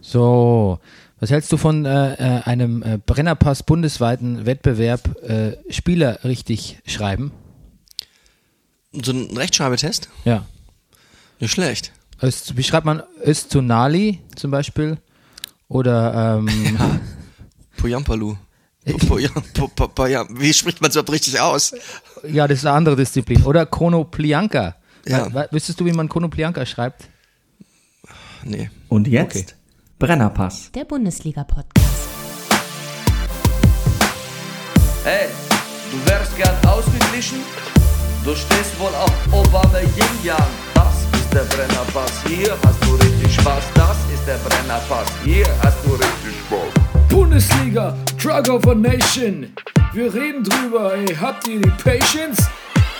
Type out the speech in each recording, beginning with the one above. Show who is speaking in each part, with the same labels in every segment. Speaker 1: So, was hältst du von äh, äh, einem äh, Brennerpass bundesweiten Wettbewerb äh, Spieler richtig schreiben?
Speaker 2: So ein Rechtschreibetest?
Speaker 1: Ja.
Speaker 2: Nicht schlecht.
Speaker 1: Öst, wie schreibt man Östunali zum Beispiel? Oder ähm,
Speaker 2: Poyampalu. Poyam- Po- Po- Poyam- Wie spricht man es überhaupt richtig aus?
Speaker 1: ja, das ist eine andere Disziplin. Oder Konoplianka.
Speaker 2: Ja.
Speaker 1: Wa- wa- Wüsstest du, wie man Konoplianka schreibt?
Speaker 2: Nee.
Speaker 3: Und jetzt Brennerpass.
Speaker 4: Der Bundesliga-Podcast.
Speaker 5: Hey, du wärst gern ausgeglichen? Du stehst wohl auf Obama Yin Yang. Das ist der Brennerpass. Hier hast du richtig Spaß. Das ist der Brennerpass. Hier hast du richtig Spaß.
Speaker 6: Bundesliga, Drug of a Nation. Wir reden drüber, ey, habt ihr die Patience?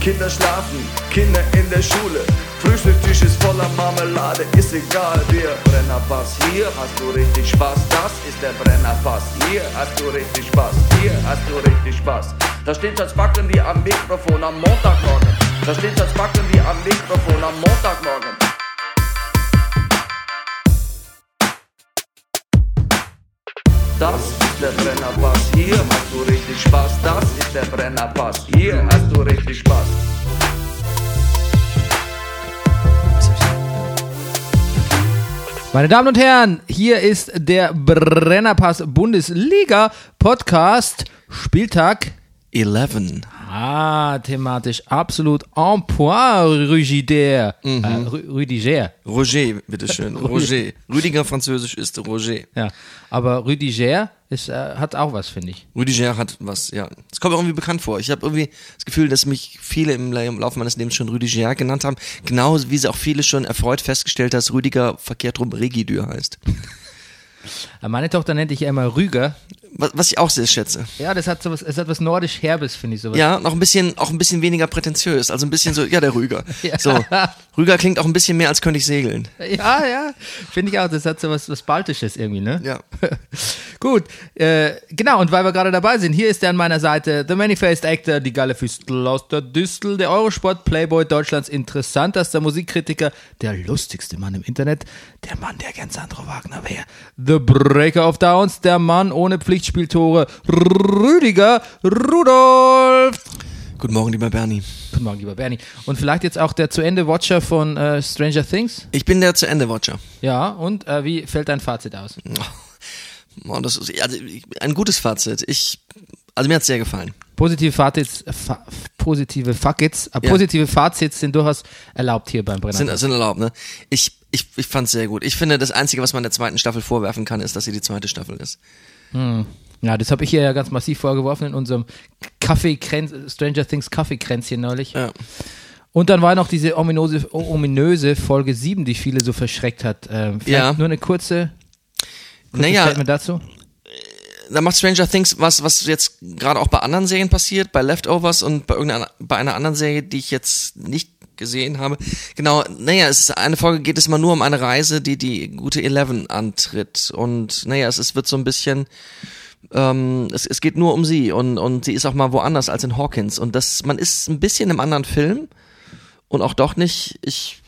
Speaker 5: Kinder schlafen, Kinder in der Schule, Frühstückstisch ist voller Marmelade, ist egal, wir Brennerpass, hier hast du richtig Spaß, das ist der Brennerpass, hier hast du richtig Spaß, hier hast du richtig Spaß. Da steht als Backen wie am Mikrofon am Montagmorgen, da steht als Backen wie am Mikrofon am Montagmorgen. Das ist der Brennerpass, hier hast du richtig Spaß. Das ist der Brennerpass, hier hast du richtig Spaß.
Speaker 1: Meine Damen und Herren, hier ist der Brennerpass Bundesliga Podcast Spieltag.
Speaker 2: 11.
Speaker 1: Ah, thematisch absolut en point, Rüdiger.
Speaker 2: Mhm.
Speaker 1: Äh, Rü- Rüdiger.
Speaker 2: Roger, bitteschön. Roger. Rüdiger Französisch ist Roger.
Speaker 1: Ja, aber Rüdiger ist, äh, hat auch was, finde ich.
Speaker 2: Rüdiger hat was, ja. Es kommt mir irgendwie bekannt vor. Ich habe irgendwie das Gefühl, dass mich viele im La- im Laufe meines Lebens schon Rüdiger genannt haben. Genauso wie sie auch viele schon erfreut festgestellt, dass Rüdiger verkehrt rum Regidür heißt.
Speaker 1: Äh, Meine Tochter nennt ich ja immer Rüger.
Speaker 2: Was, was ich auch sehr schätze.
Speaker 1: Ja, das hat sowas, es hat was nordisch Herbes, finde ich sowas.
Speaker 2: Ja, noch ein bisschen, auch ein bisschen weniger prätentiös. Also ein bisschen so, ja, der Rüger. So. Rüger klingt auch ein bisschen mehr, als könnte ich segeln.
Speaker 1: ja, ja. finde ich auch. Das hat sowas was Baltisches irgendwie, ne?
Speaker 2: Ja.
Speaker 1: Gut, äh, genau, und weil wir gerade dabei sind, hier ist er an meiner Seite, The Manifest Actor, die Galle Füstel aus der Düstel, der Eurosport Playboy Deutschlands interessantester Musikkritiker, der lustigste Mann im Internet, der Mann, der gern Sandro Wagner wäre, The Breaker of Downs, der Mann ohne Pflichtspieltore, Rüdiger Rudolf.
Speaker 2: Guten Morgen, lieber Bernie.
Speaker 1: Guten Morgen, lieber Bernie. Und vielleicht jetzt auch der zu Ende Watcher von äh, Stranger Things.
Speaker 2: Ich bin der zu Ende Watcher.
Speaker 1: Ja, und äh, wie fällt dein Fazit aus?
Speaker 2: Oh, das ist also, ich- ein gutes Fazit. Ich, also mir hat's sehr gefallen.
Speaker 1: Positive Fazits, fa positive Fuckits, äh,
Speaker 2: Ja.
Speaker 1: positive Fazits sind durchaus erlaubt hier beim Brenner.
Speaker 2: Sind, sind erlaubt, ne? Ich, ich, ich fand's sehr gut. Ich finde, das Einzige, was man der zweiten Staffel vorwerfen kann, ist, dass sie die zweite Staffel ist.
Speaker 1: ja, das habe ich hier ja ganz massiv vorgeworfen in unserem Kaffeekränz, Stranger Things Kaffeekränzchen neulich.
Speaker 2: Ja.
Speaker 1: Und dann war noch diese ominöse, o- ominöse Folge 7, die viele so verschreckt hat. Ähm, vielleicht
Speaker 2: Ja.
Speaker 1: nur eine kurze
Speaker 2: Naja,
Speaker 1: Statement dazu.
Speaker 2: da macht Stranger Things was, was jetzt gerade auch bei anderen Serien passiert, bei Leftovers und bei irgendeiner, bei einer anderen Serie, die ich jetzt nicht gesehen habe. Genau, naja, es ist eine Folge geht es immer nur um eine Reise, die die gute Eleven antritt und naja, es, es wird so ein bisschen, ähm, es, es geht nur um sie und und sie ist auch mal woanders als in Hawkins und das, man ist ein bisschen im anderen Film und auch doch nicht. Ich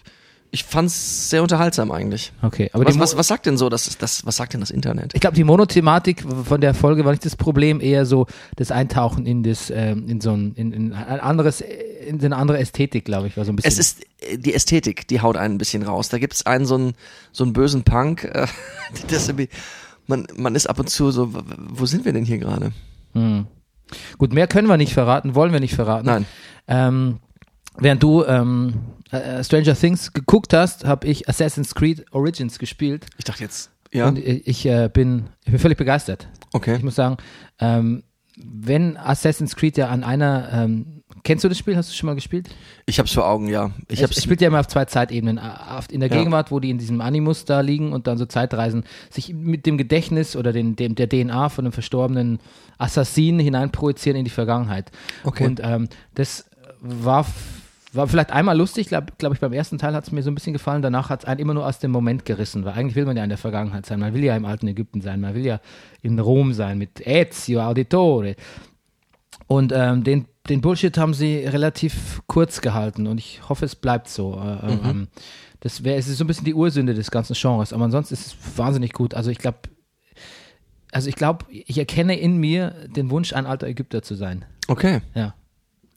Speaker 2: ich fand's sehr unterhaltsam eigentlich.
Speaker 1: Okay, aber
Speaker 2: Was,
Speaker 1: die Mo-
Speaker 2: was, was sagt denn so, das, das, was sagt denn das Internet?
Speaker 1: ich glaube, die Monothematik von der Folge war nicht das Problem, eher so das Eintauchen in das, ähm, in so ein, in, in ein anderes, in so eine andere Ästhetik, glaube ich, war so ein bisschen.
Speaker 2: Es ist äh, die Ästhetik, die haut einen ein bisschen raus. Da gibt's einen so einen so einen bösen Punk, äh, das irgendwie, man man ist ab und zu so, w- w- wo sind wir denn hier gerade?
Speaker 1: Gut, mehr können wir nicht verraten, wollen wir nicht verraten.
Speaker 2: Nein.
Speaker 1: Ähm, während du ähm, äh, äh, Stranger Things geguckt hast, habe ich Assassin's Creed Origins gespielt.
Speaker 2: Ich dachte jetzt, ja,
Speaker 1: Und ich, ich, äh, bin, ich bin völlig begeistert.
Speaker 2: okay.
Speaker 1: Ich muss sagen, ähm, wenn Assassin's Creed ja an einer, ähm, kennst du das Spiel? Hast du schon mal gespielt?
Speaker 2: Ich hab's vor Augen, ja. Ich
Speaker 1: es,
Speaker 2: hab's.
Speaker 1: es spielt ja immer auf zwei Zeitebenen. A- auf- In der
Speaker 2: Ja.
Speaker 1: Gegenwart, wo die in diesem Animus da liegen und dann so Zeitreisen, sich mit dem Gedächtnis oder den, dem, der DNA von einem verstorbenen Assassinen hineinprojizieren in die Vergangenheit.
Speaker 2: Okay.
Speaker 1: Und ähm, das war, f- war vielleicht einmal lustig, glaube glaub ich, beim ersten Teil hat es mir so ein bisschen gefallen, danach hat es einen immer nur aus dem Moment gerissen, weil eigentlich will man ja in der Vergangenheit sein, man will ja im alten Ägypten sein, man will ja in Rom sein mit Ezio Auditore. Und ähm, den, den Bullshit haben sie relativ kurz gehalten und ich hoffe, es bleibt so. Äh,
Speaker 2: Mhm.
Speaker 1: ähm, das wär, es ist so ein bisschen die Ursünde des ganzen Genres, aber ansonsten ist es wahnsinnig gut. Also ich glaube, also ich glaube, ich erkenne in mir den Wunsch, ein alter Ägypter zu sein.
Speaker 2: okay.
Speaker 1: Ja,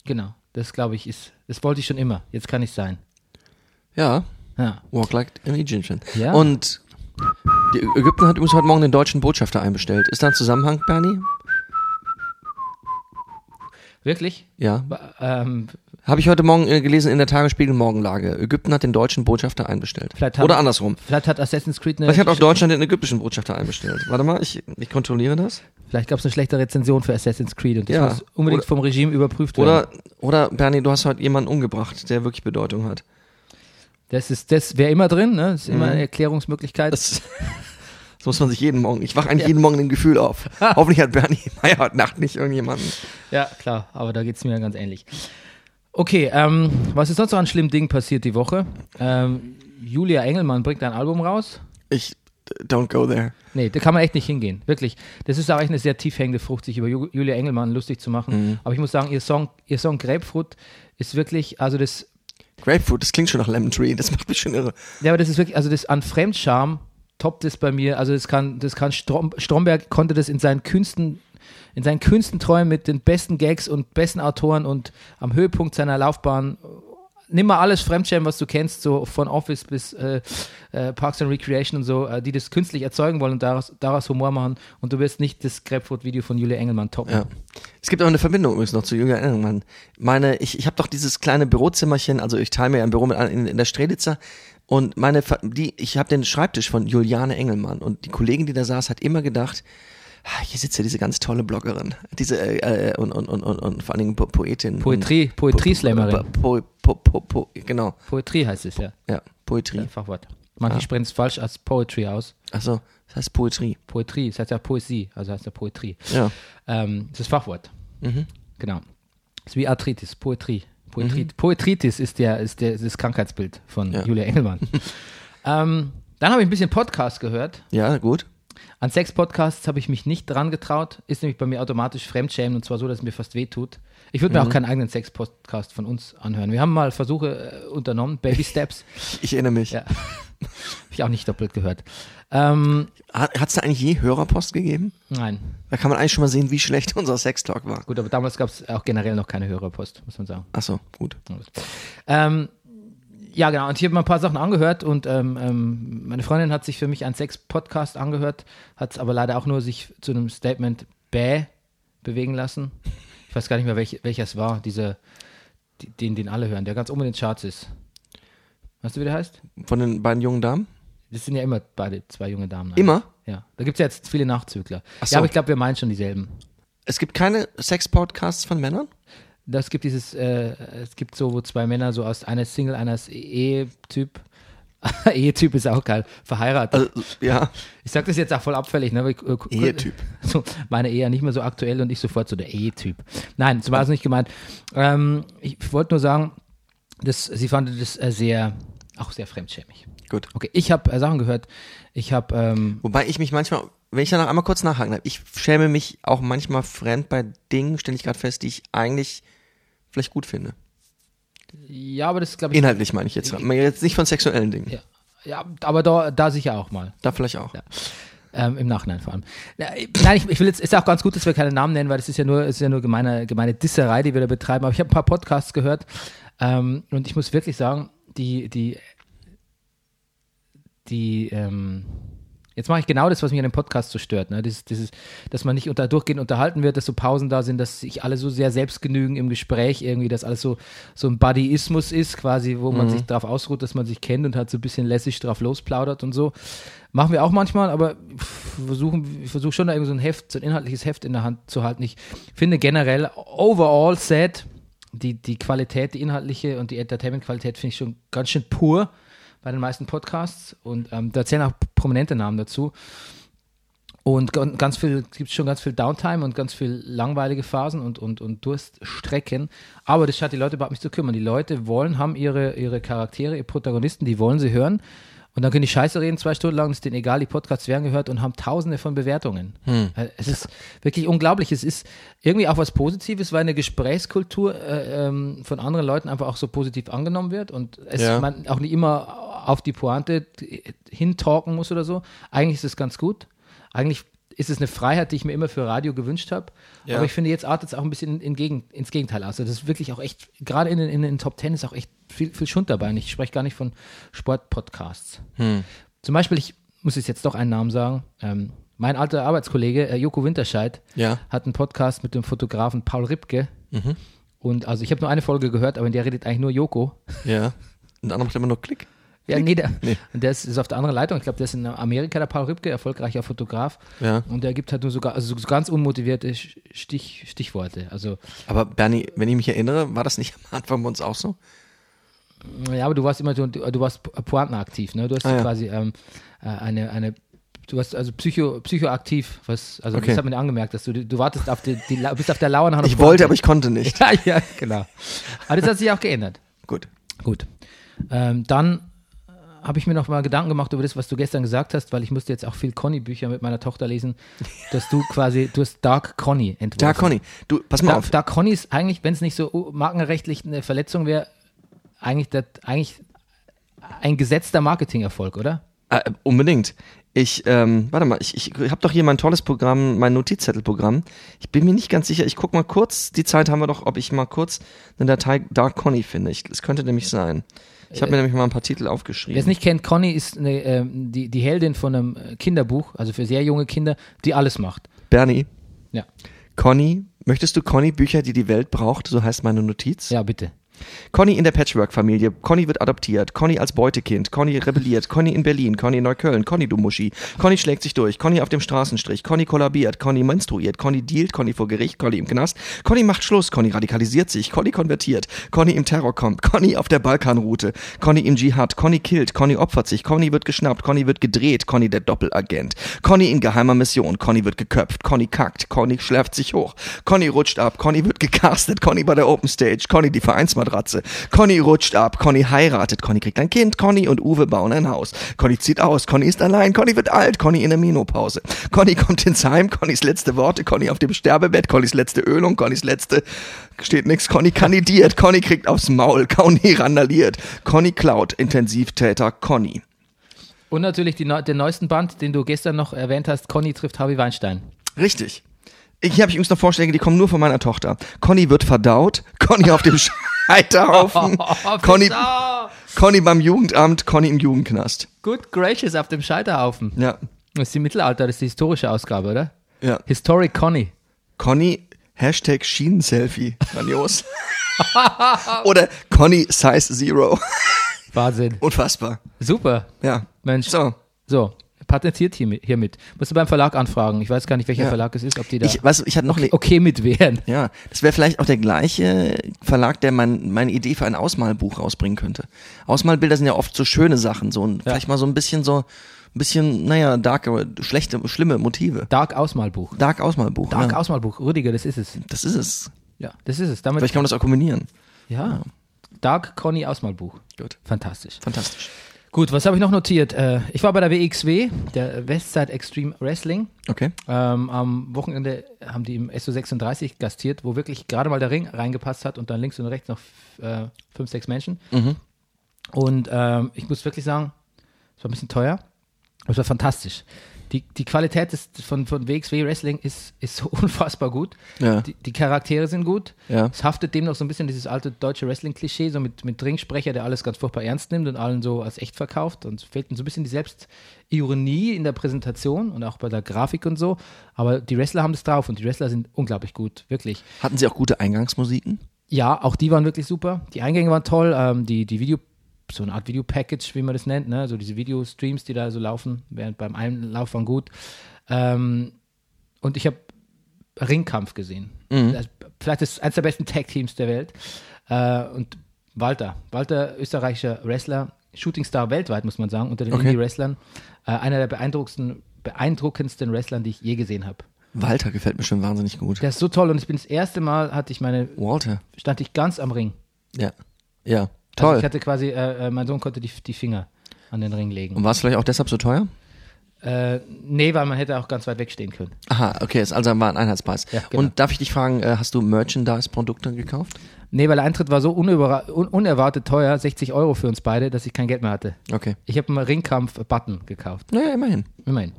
Speaker 1: genau. Das glaube ich ist, das wollte ich schon immer. Jetzt kann ich sein.
Speaker 2: Ja.
Speaker 1: Ja.
Speaker 2: Walk like an Egyptian.
Speaker 1: Ja.
Speaker 2: Und die Ä- Ägypten hat übrigens heute Morgen den deutschen Botschafter einbestellt. Ist da ein Zusammenhang, Bernie?
Speaker 1: Wirklich?
Speaker 2: Ja.
Speaker 1: Ba- Ähm,
Speaker 2: Habe ich heute Morgen äh, gelesen in der Tagesspiegel Morgenlage. Ägypten hat den deutschen Botschafter einbestellt.
Speaker 1: Vielleicht haben-
Speaker 2: Oder andersrum.
Speaker 1: vielleicht hat Assassin's Creed eine.
Speaker 2: Vielleicht hat auch Deutschland den ägyptischen Botschafter einbestellt. Warte mal, ich, ich kontrolliere das.
Speaker 1: Vielleicht gab es eine schlechte Rezension für Assassin's Creed und das
Speaker 2: Ja.
Speaker 1: muss unbedingt
Speaker 2: Oder-
Speaker 1: vom Regime überprüft werden.
Speaker 2: Oder, oder Bernie, du hast heute jemanden umgebracht, der wirklich Bedeutung hat.
Speaker 1: Das ist, das wäre immer drin, ne? Das ist immer eine Erklärungsmöglichkeit.
Speaker 2: Das, das muss man sich jeden Morgen. Ich wache eigentlich jeden Morgen im Gefühl auf. Hoffentlich hat Bernie Meyer heute Nacht nicht irgendjemanden.
Speaker 1: ja, klar, aber da geht es mir dann ganz ähnlich. Okay, ähm, was ist sonst noch an schlimmen Dingen passiert die Woche? Ähm, Julia Engelmann bringt ein Album raus.
Speaker 2: Ich don't go there.
Speaker 1: Nee, da kann man echt nicht hingehen. Wirklich. Das ist auch echt eine sehr tief hängende Frucht, sich über Ju- Julia Engelmann lustig zu machen. Aber ich muss sagen, ihr Song, ihr Song Grapefruit ist wirklich, also das,
Speaker 2: Grapefruit, das klingt schon nach Lemon Tree. Das macht mich schon irre.
Speaker 1: ja, aber das ist wirklich, also das an Fremdscham toppt es bei mir. Also das kann, das kann Strom, Stromberg konnte das in seinen Künsten, in seinen Künsten träumen mit den besten Gags und besten Autoren und am Höhepunkt seiner Laufbahn. Nimm mal alles Fremdscham, was du kennst, so von Office bis äh, äh, Parks and Recreation und so, äh, die das künstlich erzeugen wollen und daraus, daraus Humor machen. Und du wirst nicht das Grapefruit-Video von Julia Engelmann toppen.
Speaker 2: Ja. Es gibt auch eine Verbindung übrigens noch zu Jünger Engelmann. Meine, ich, ich habe doch dieses kleine Bürozimmerchen, also ich teile mir ja ein Büro mit an- in, in der Streditzer und meine, Ver- die, ich habe den Schreibtisch von Juliane Engelmann und die Kollegin, die da saß, hat immer gedacht, "Ah, hier sitzt ja diese ganz tolle Bloggerin, diese äh, äh, und, und, und, und, und vor allen Dingen Po- Poetin.
Speaker 1: Poetrie-
Speaker 2: und-
Speaker 1: Poetrieslängerin.
Speaker 2: Po, po, po, po, po, genau,
Speaker 1: Poetrie heißt es, ja.
Speaker 2: ja, Poetrie.
Speaker 1: Ein Fachwort. Manche sprechen es falsch als Poetry aus.
Speaker 2: Achso, das heißt Poetrie.
Speaker 1: Poetrie, es heißt ja Poesie, also heißt ja Poetrie.
Speaker 2: Ja. Mhm.
Speaker 1: Ähm, das ist Fachwort. Genau. Es ist wie Arthritis, Poetrie. Poetrie. Poetritis ist, der, ist, der, ist das Krankheitsbild von
Speaker 2: Mhm. Ja.
Speaker 1: Julia Engelmann. ähm, dann habe ich ein bisschen Podcast gehört.
Speaker 2: Ja, gut.
Speaker 1: An Sex-Podcasts habe ich mich nicht dran getraut. Ist nämlich bei mir automatisch Fremdschämen und zwar so, dass es mir fast weh tut. Ich würde mir
Speaker 2: Mhm.
Speaker 1: auch keinen eigenen Sex-Podcast von uns anhören. Wir haben mal Versuche äh, unternommen, Baby Steps.
Speaker 2: Ich erinnere mich.
Speaker 1: Ja. Hab ich auch nicht doppelt gehört. Ähm,
Speaker 2: Hat es da eigentlich je Hörerpost gegeben?
Speaker 1: nein,
Speaker 2: Da kann man eigentlich schon mal sehen, wie schlecht unser Sextalk war.
Speaker 1: gut, aber damals gab es auch generell noch keine Hörerpost, muss man sagen.
Speaker 2: Achso, gut.
Speaker 1: Ähm, ja, genau. Und ich habe mir ein paar Sachen angehört und ähm, ähm, meine Freundin hat sich für mich einen Sex-Podcast angehört, hat es aber leider auch nur sich zu einem Statement bäh bewegen lassen. Ich weiß gar nicht mehr, welch, welcher es war, diese, die- den, den alle hören, der ganz oben in den Charts ist. Weißt du, wie der heißt?
Speaker 2: Von den beiden jungen Damen?
Speaker 1: Das sind ja immer beide zwei junge Damen. eigentlich.
Speaker 2: Immer?
Speaker 1: Ja. Da gibt es ja jetzt viele Nachzügler.
Speaker 2: Ach
Speaker 1: Ja,
Speaker 2: so.
Speaker 1: aber ich glaube, wir meinen schon dieselben.
Speaker 2: Es gibt keine Sex-Podcasts von Männern?
Speaker 1: Das gibt dieses, äh, es gibt so, wo zwei Männer so aus einer Single, eines Ehetyp, Ehetyp ist auch geil, verheiratet.
Speaker 2: Also, ja.
Speaker 1: ich sag das jetzt auch voll abfällig, ne? weil ich, äh, gu-
Speaker 2: Ehetyp.
Speaker 1: So, meine Ehe nicht mehr so aktuell und ich sofort so der Ehetyp. Nein, so war es nicht gemeint. Ähm, ich wollte nur sagen, dass sie fand das äh, sehr, auch sehr fremdschämig.
Speaker 2: Gut.
Speaker 1: Okay, ich habe äh, Sachen gehört. Ich habe, ähm,
Speaker 2: Wobei ich mich manchmal, wenn ich da noch einmal kurz nachhaken darf, ich schäme mich auch manchmal fremd bei Dingen, stelle ich gerade fest, die ich eigentlich vielleicht gut finde.
Speaker 1: ja, aber das glaube ich.
Speaker 2: Inhaltlich meine ich jetzt. Jetzt nicht von sexuellen Dingen.
Speaker 1: Ja, ja, aber da, da sicher auch mal.
Speaker 2: Da vielleicht auch.
Speaker 1: Ähm, Im Nachhinein vor allem. Na, ich- Nein, ich, ich will jetzt, ist auch ganz gut, dass wir keine Namen nennen, weil das ist ja nur, ist ja nur gemeine, gemeine Disserei, die wir da betreiben. Aber ich habe ein paar Podcasts gehört ähm, und ich muss wirklich sagen, die, die, die, ähm, Jetzt mache ich genau das, was mich an dem Podcast so stört. Ne? Das, das ist, dass man nicht unter, durchgehend unterhalten wird, dass so Pausen da sind, dass sich alle so sehr selbst genügen im Gespräch irgendwie, dass alles so, so ein Buddyismus ist quasi, wo man sich drauf ausruht, dass man sich kennt und halt so ein bisschen lässig drauf losplaudert und so. Machen wir auch manchmal, aber versuchen, ich versuche schon da irgendwie so ein Heft, so ein inhaltliches Heft in der Hand zu halten. Ich finde generell overall sad, die, die Qualität, die inhaltliche und die Entertainment-Qualität finde ich schon ganz schön pur bei den meisten Podcasts und ähm, da zählen auch prominente Namen dazu. Und g- und ganz viel, gibt schon ganz viel Downtime und ganz viel langweilige Phasen und, und, und Durststrecken. Aber das scheint die Leute überhaupt nicht zu kümmern. Die Leute wollen, haben ihre, ihre Charaktere, ihre Protagonisten, die wollen sie hören. Und dann können die Scheiße reden zwei Stunden lang, ist denen egal, die Podcasts werden gehört und haben tausende von Bewertungen. Äh, Es ist wirklich unglaublich. Es ist irgendwie auch was Positives, weil eine Gesprächskultur äh, ähm, von anderen Leuten einfach auch so positiv angenommen wird und es
Speaker 2: Ja.
Speaker 1: man auch nicht immer auf die Pointe t- hintalken muss oder so. Eigentlich ist es ganz gut. Eigentlich ist es eine Freiheit, die ich mir immer für Radio gewünscht habe. Aber ich finde, jetzt artet es auch ein bisschen in Gegen, ins Gegenteil aus. Also das ist wirklich auch echt, gerade in den, in den Top Ten ist auch echt viel, viel Schund dabei. Und ich spreche gar nicht von Sportpodcasts.
Speaker 2: Hm.
Speaker 1: Zum Beispiel, ich muss es jetzt doch einen Namen sagen, ähm, mein alter Arbeitskollege äh, Joko Winterscheid
Speaker 2: Ja. Mhm.
Speaker 1: hat einen Podcast mit dem Fotografen Paul Ripke. Und also ich habe nur eine Folge gehört, aber in der redet eigentlich nur Joko.
Speaker 2: Ja. Und der andere macht immer nur Klick.
Speaker 1: Ja, nee, der, der ist, ist auf der anderen Leitung. Ich glaube, der ist in Amerika, der Paul Rübke, erfolgreicher Fotograf.
Speaker 2: Ja.
Speaker 1: Und der gibt halt nur sogar, also so ganz unmotivierte Sch- Stich, Stichworte. Also,
Speaker 2: Aber Bernie, wenn ich mich erinnere, war das nicht am Anfang bei uns auch so?
Speaker 1: ja, aber du warst immer, du, du warst po- pointenaktiv, ne? Du hast
Speaker 2: Ah, ja.
Speaker 1: quasi ähm, äh, eine, eine, du warst also psycho, psychoaktiv, was, also
Speaker 2: Okay.
Speaker 1: das hat man angemerkt, dass du, du wartest auf die, die La- bist auf der Lauer nach einer
Speaker 2: Ich
Speaker 1: Pointe.
Speaker 2: wollte, aber ich konnte nicht.
Speaker 1: Ja, ja, genau. Aber das hat sich auch geändert.
Speaker 2: Gut.
Speaker 1: Gut. Ähm, dann habe ich mir noch mal Gedanken gemacht über das, was du gestern gesagt hast, weil ich musste jetzt auch viel Conny-Bücher mit meiner Tochter lesen, dass du quasi, du hast Dark Conny entworfen.
Speaker 2: Da, Conny, du, pass mal
Speaker 1: Dark,
Speaker 2: auf.
Speaker 1: Dark Conny ist eigentlich, wenn es nicht so uh, markenrechtlich eine Verletzung wäre, eigentlich, das, eigentlich ein gesetzter Marketingerfolg, oder?
Speaker 2: Äh, unbedingt. Ich, ähm, warte mal, ich, ich habe doch hier mein tolles Programm, mein Notizzettelprogramm. Ich bin mir nicht ganz sicher. Ich guck mal kurz, die Zeit haben wir doch, ob ich mal kurz eine Datei Dark Conny finde. Ich- Es könnte nämlich sein. Ich habe mir nämlich mal ein paar Titel
Speaker 1: Äh, Wer es
Speaker 2: aufgeschrieben.
Speaker 1: nicht kennt, Conny ist eine, ähm, die, die Heldin von einem äh, Kinderbuch, also für sehr junge Kinder, die alles macht.
Speaker 2: Bernie,
Speaker 1: Ja,
Speaker 2: Conny, möchtest du Conny Bücher, die die Welt braucht? So heißt meine Notiz.
Speaker 1: ja bitte.
Speaker 2: Conny in der Patchwork-Familie. Conny wird adoptiert. Conny als Beutekind. Conny rebelliert. Conny in Berlin. Conny in Neukölln. Conny du Muschi. Conny schlägt sich durch. Conny auf dem Straßenstrich. Conny kollabiert. Conny menstruiert. Conny dealt. Conny vor Gericht. Conny im Knast. Conny macht Schluss. Conny radikalisiert sich. Conny konvertiert. Conny im Terrorcomp. Conny auf der Balkanroute. Conny im Dschihad. Conny killt. Conny opfert sich. Conny wird geschnappt. Conny wird gedreht. Conny der Doppelagent. Conny in geheimer Mission. Conny wird geköpft. Conny kackt. Conny schläft sich hoch. Conny rutscht ab. Conny wird gecastet. Conny bei der Open Stage. Conny die Vereinsmatratze. Conny rutscht ab. Conny heiratet. Conny kriegt ein Kind. Conny und Uwe bauen ein Haus. Conny zieht aus. Conny ist allein. Conny wird alt. Conny in der Menopause. Conny kommt ins Heim. Connys letzte Worte. Conny auf dem Sterbebett. Connys letzte Ölung. Connys letzte steht nix. Conny kandidiert. Conny kriegt aufs Maul. Conny randaliert. Conny klaut. Intensivtäter Conny.
Speaker 1: Und natürlich die, neu- den neuesten Band, den du gestern noch erwähnt hast, Conny trifft Harvey Weinstein.
Speaker 2: Richtig. Ich- Hier habe ich übrigens noch Vorschläge, die kommen nur von meiner Tochter. Conny wird verdaut, Conny auf dem Scheiterhaufen, Conny,
Speaker 1: Pissau!
Speaker 2: Conny beim Jugendamt, Conny im Jugendknast.
Speaker 1: Good gracious auf dem Scheiterhaufen.
Speaker 2: Ja,
Speaker 1: Das ist die Mittelalter, das ist die historische Ausgabe, oder?
Speaker 2: ja.
Speaker 1: Historic Conny.
Speaker 2: Conny, Hashtag Schienen-Selfie. Grandios. Oder Conny Size Zero.
Speaker 1: Wahnsinn.
Speaker 2: Unfassbar.
Speaker 1: Super.
Speaker 2: Ja.
Speaker 1: Mensch. So.
Speaker 2: So.
Speaker 1: Patentiert hiermit, hiermit. Musst du beim Verlag anfragen. Ich weiß gar nicht, welcher
Speaker 2: Ja.
Speaker 1: Verlag es ist, ob die da
Speaker 2: Ich, weiß, ich hatte noch eine
Speaker 1: okay mit wären.
Speaker 2: Ja, das wäre vielleicht auch der gleiche Verlag, der mein, meine Idee für ein Ausmalbuch rausbringen könnte. Ausmalbilder sind ja oft so schöne Sachen, so ein, vielleicht mal so ein bisschen so, ein bisschen, naja, darke, schlechte, schlimme Motive.
Speaker 1: Dark Ausmalbuch.
Speaker 2: Dark Ausmalbuch.
Speaker 1: Dark
Speaker 2: ja.
Speaker 1: Ausmalbuch. Rüdiger, das ist es.
Speaker 2: Das ist es.
Speaker 1: Ja, das ist es. Damit,
Speaker 2: Vielleicht kann man das auch kombinieren.
Speaker 1: ja. Dark Conny Ausmalbuch.
Speaker 2: Gut.
Speaker 1: Fantastisch.
Speaker 2: Fantastisch.
Speaker 1: Gut, was habe ich noch notiert? Äh, Ich war bei der WXW, der Westside Extreme Wrestling.
Speaker 2: Okay.
Speaker 1: Ähm, am Wochenende haben die im SO36 gastiert, wo wirklich gerade mal der Ring reingepasst hat und dann links und rechts noch f- äh, fünf, sechs Menschen. Und ähm, ich muss wirklich sagen, es war ein bisschen teuer, aber es war fantastisch. Die, die Qualität des, von, von WXW Wrestling ist, ist so unfassbar gut.
Speaker 2: Ja.
Speaker 1: Die, die Charaktere sind gut.
Speaker 2: Ja.
Speaker 1: Es haftet dem noch so ein bisschen dieses alte deutsche Wrestling-Klischee, so mit, mit Ringsprecher, der alles ganz furchtbar ernst nimmt und allen so als echt verkauft. Und es fehlt so ein bisschen die Selbstironie in der Präsentation und auch bei der Grafik und so. Aber die Wrestler haben das drauf und die Wrestler sind unglaublich gut, wirklich.
Speaker 2: Hatten sie auch gute Eingangsmusiken?
Speaker 1: Ja, auch die waren wirklich super. Die Eingänge waren toll. Ähm, die, die Video, so eine Art Video-Package, wie man das nennt, ne? So diese Video-Streams, die da so laufen, während beim Einlauf waren gut. Ähm, und ich habe Ringkampf gesehen. Also, vielleicht ist eines der besten Tag-Teams der Welt. Äh, und Walter, Walter, österreichischer Wrestler, Shootingstar weltweit, muss man sagen, unter den
Speaker 2: Okay.
Speaker 1: Indie-Wrestlern. Äh, einer der beeindruckendsten, beeindruckendsten Wrestlern, die ich je gesehen habe.
Speaker 2: Walter gefällt mir schon wahnsinnig gut.
Speaker 1: Der ist so toll und ich bin das erste Mal, hatte ich meine,
Speaker 2: Walter.
Speaker 1: stand ich ganz am Ring.
Speaker 2: Ja. Ja.
Speaker 1: Toll.
Speaker 2: Toll.
Speaker 1: Also ich hatte quasi, äh, äh, mein Sohn konnte die, die Finger an den Ring legen.
Speaker 2: Und war es vielleicht auch deshalb so teuer?
Speaker 1: Äh, nee, weil man hätte auch ganz weit wegstehen können.
Speaker 2: Aha, okay, ist also war ein Einheitspreis.
Speaker 1: Ja, genau.
Speaker 2: Und darf ich dich fragen, äh, hast du Merchandise-Produkte gekauft?
Speaker 1: Nee, weil der Eintritt war so unüberra- un unerwartet teuer, 60 Euro für uns beide, dass ich kein Geld mehr hatte.
Speaker 2: Okay.
Speaker 1: Ich habe einen Ringkampf-Button gekauft.
Speaker 2: Naja, immerhin.
Speaker 1: Immerhin.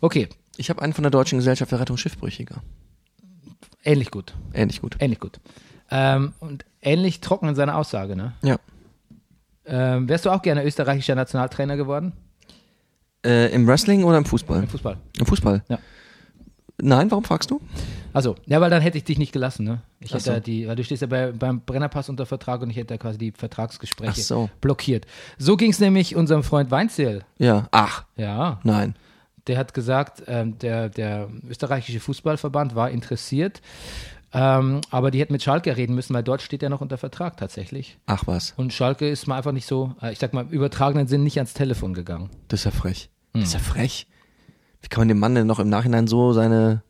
Speaker 1: Okay,
Speaker 2: Ich habe einen von der Deutschen Gesellschaft für Rettung Schiffbrüchiger.
Speaker 1: ähnlich gut.
Speaker 2: Ähnlich gut.
Speaker 1: Ähnlich gut. Ähm, und ähnlich trocken in seiner Aussage, ne?
Speaker 2: Ja.
Speaker 1: Ähm, wärst du auch gerne österreichischer Nationaltrainer geworden?
Speaker 2: Äh, Im Wrestling oder im Fußball?
Speaker 1: Im Fußball.
Speaker 2: Im Fußball.
Speaker 1: Ja.
Speaker 2: Nein, warum fragst du?
Speaker 1: Also, ja, weil dann hätte ich dich nicht gelassen, ne? Ich hätte
Speaker 2: so.
Speaker 1: ja die, weil du stehst ja bei, beim Brennerpass unter Vertrag und ich hätte ja quasi die Vertragsgespräche
Speaker 2: Ach so.
Speaker 1: blockiert. So ging es nämlich unserem Freund Weinzierl.
Speaker 2: Ja. Ach,
Speaker 1: Ja,
Speaker 2: nein.
Speaker 1: der hat gesagt, ähm, der, der österreichische Fußballverband war interessiert, ähm, aber die hätten mit Schalke reden müssen, weil dort steht er noch unter Vertrag tatsächlich.
Speaker 2: Ach was.
Speaker 1: Und Schalke ist mal einfach nicht so, äh, ich sag mal im übertragenen Sinn, nicht ans Telefon gegangen.
Speaker 2: Das ist ja frech.
Speaker 1: Hm.
Speaker 2: Das ist ja frech. Wie kann man dem Mann denn noch im Nachhinein so seine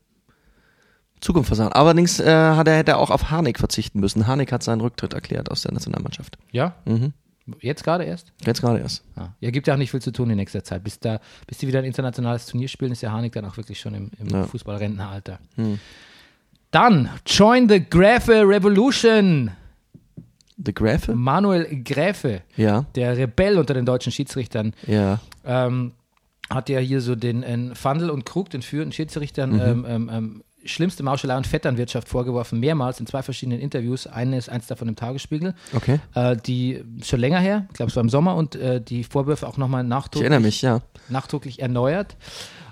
Speaker 2: Zukunft versagen? Allerdings äh, hat er, hätte er auch auf Harnik verzichten müssen. Harnik hat seinen Rücktritt erklärt aus der Nationalmannschaft.
Speaker 1: Ja?
Speaker 2: Mhm.
Speaker 1: Jetzt gerade erst?
Speaker 2: Jetzt gerade erst.
Speaker 1: Ja. ja, gibt ja auch nicht viel zu tun in nächster Zeit. Bis, da, bis die wieder ein internationales Turnier spielen, ist ja Harnik dann auch wirklich schon im, im
Speaker 2: Ja. Hm.
Speaker 1: Fußballrentneralter. Dann, join the Gräfe Revolution.
Speaker 2: The Graffe?
Speaker 1: Manuel Gräfe,
Speaker 2: Ja.
Speaker 1: der Rebell unter den deutschen Schiedsrichtern,
Speaker 2: Ja.
Speaker 1: ähm, hat ja hier so den äh, Fandel und Krug, den führenden Schiedsrichtern,
Speaker 2: Mhm.
Speaker 1: ähm, ähm, ähm, schlimmste Mauschelei und Vetternwirtschaft vorgeworfen, mehrmals in zwei verschiedenen Interviews. Eines, eins davon im Tagesspiegel.
Speaker 2: Okay.
Speaker 1: Äh, die schon länger her, ich glaube, es war im Sommer, und äh, die Vorwürfe auch nochmal
Speaker 2: Ich
Speaker 1: nachdrücklich,
Speaker 2: erinnere mich, ja.
Speaker 1: nachdrücklich erneuert.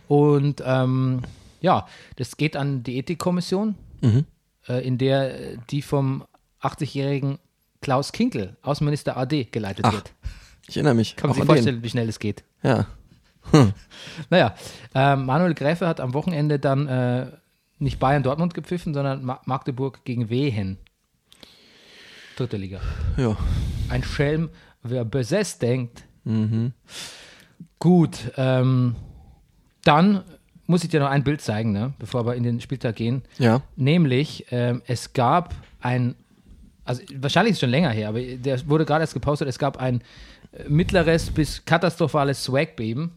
Speaker 1: Und ähm, ja, das geht an die Ethikkommission,
Speaker 2: Mhm.
Speaker 1: äh, in der äh, die vom 80-jährigen Klaus Kinkel, Außenminister AD, geleitet
Speaker 2: Ach,
Speaker 1: wird.
Speaker 2: Ich erinnere mich.
Speaker 1: Kann man
Speaker 2: Auch
Speaker 1: sich
Speaker 2: an
Speaker 1: vorstellen, wie schnell es geht.
Speaker 2: Den. Ja.
Speaker 1: Naja, äh, Manuel Gräfe hat am Wochenende dann äh, nicht Bayern-Dortmund gepfiffen, sondern Ma Magdeburg gegen Wehen. Dritte Liga.
Speaker 2: Ja.
Speaker 1: Ein Schelm, wer besessen denkt.
Speaker 2: Mhm.
Speaker 1: Gut, ähm, dann muss ich dir noch ein Bild zeigen, ne, bevor wir in den Spieltag gehen.
Speaker 2: Ja.
Speaker 1: Nämlich, ähm, es gab ein, also wahrscheinlich ist es schon länger her, aber der wurde gerade erst gepostet, es gab ein äh, mittleres bis katastrophales Swagbeben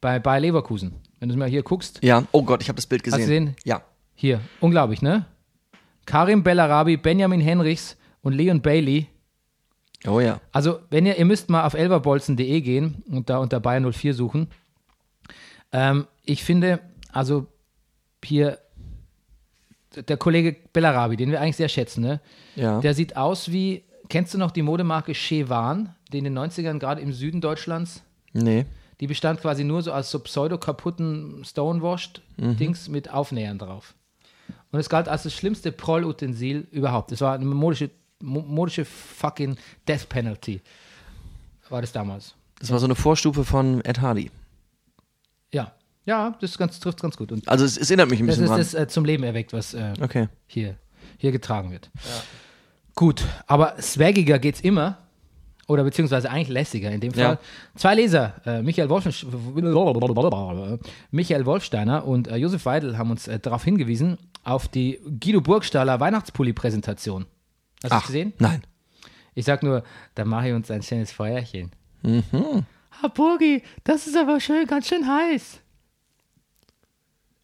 Speaker 1: bei, bei Leverkusen. Wenn du mal hier guckst,
Speaker 2: Ja. Oh Gott, ich habe das Bild gesehen.
Speaker 1: du gesehen?
Speaker 2: Ja.
Speaker 1: hier, unglaublich, ne? Karim Bellarabi, Benjamin Henrichs und Leon Bailey.
Speaker 2: Oh ja.
Speaker 1: Also, wenn ihr, ihr müsst mal auf elverbolzen.de gehen und da unter Bayern 04 suchen. Ähm, ich finde, also hier der Kollege Bellarabi, den wir eigentlich sehr schätzen, ne?
Speaker 2: Ja.
Speaker 1: Der sieht aus wie, kennst du noch die Modemarke Chevan, die in den 90ern gerade im Süden Deutschlands,
Speaker 2: nee.
Speaker 1: die bestand quasi nur so aus so pseudo-kaputten
Speaker 2: Mhm.
Speaker 1: Stonewashed-Dings mit Aufnähern drauf. Und es galt als das schlimmste Prollutensil überhaupt. Es war eine modische, mo- modische fucking Death Penalty. War das damals.
Speaker 2: Das war so eine Vorstufe von Ed Hardy.
Speaker 1: Ja. Ja, das ist ganz, trifft ganz gut. Und
Speaker 2: Also es, es erinnert mich ein
Speaker 1: das
Speaker 2: bisschen
Speaker 1: ist
Speaker 2: dran.
Speaker 1: das äh, zum Leben erweckt, was äh,
Speaker 2: Okay.
Speaker 1: hier, hier getragen wird. Gut, aber swaggiger geht's immer. Oder beziehungsweise eigentlich lässiger in dem Fall.
Speaker 2: Ja.
Speaker 1: Zwei Leser, äh, Michael, Wolfensch Michael Wolfsteiner und äh, Josef Weidel haben uns äh, darauf hingewiesen, auf die Guido Burgstaller Weihnachtspulli-Präsentation. Hast du es gesehen?
Speaker 2: Nein.
Speaker 1: Ich sag nur, da mache ich uns ein schönes Feuerchen. Mhm. Herr Burgi, das ist aber schön, ganz schön heiß.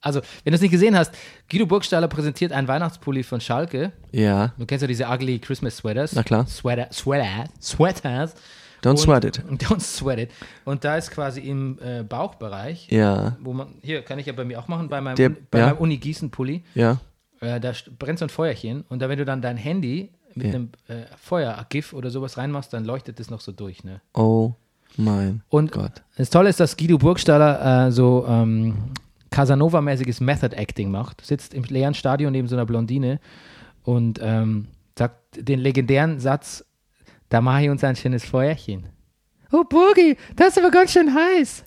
Speaker 1: Also, wenn du es nicht gesehen hast, Guido Burgstaller präsentiert einen Weihnachtspulli von Schalke.
Speaker 2: Ja.
Speaker 1: Du kennst ja diese ugly Christmas Sweaters.
Speaker 2: Na klar.
Speaker 1: Sweater, Sweater, Sweaters.
Speaker 2: Don't sweat it.
Speaker 1: Don't sweat it. Und da ist quasi im äh, Bauchbereich,
Speaker 2: Ja.
Speaker 1: wo man, hier kann ich ja bei mir auch machen, bei meinem,
Speaker 2: Der-
Speaker 1: bei
Speaker 2: ja.
Speaker 1: meinem Uni-Gießen-Pulli,
Speaker 2: Ja.
Speaker 1: äh, da st- brennt so ein Feuerchen und da, wenn du dann dein Handy mit
Speaker 2: Ja.
Speaker 1: einem äh, Feuer-GIF oder sowas reinmachst, dann leuchtet das noch so durch, ne?
Speaker 2: Oh mein
Speaker 1: Und
Speaker 2: Gott.
Speaker 1: das Tolle ist, dass Guido Burgstaller äh, so ähm, Casanova-mäßiges Method-Acting macht, sitzt im leeren Stadion neben so einer Blondine und ähm, sagt den legendären Satz, da mache ich uns ein schönes Feuerchen. Oh, Burgi, das ist aber ganz schön heiß.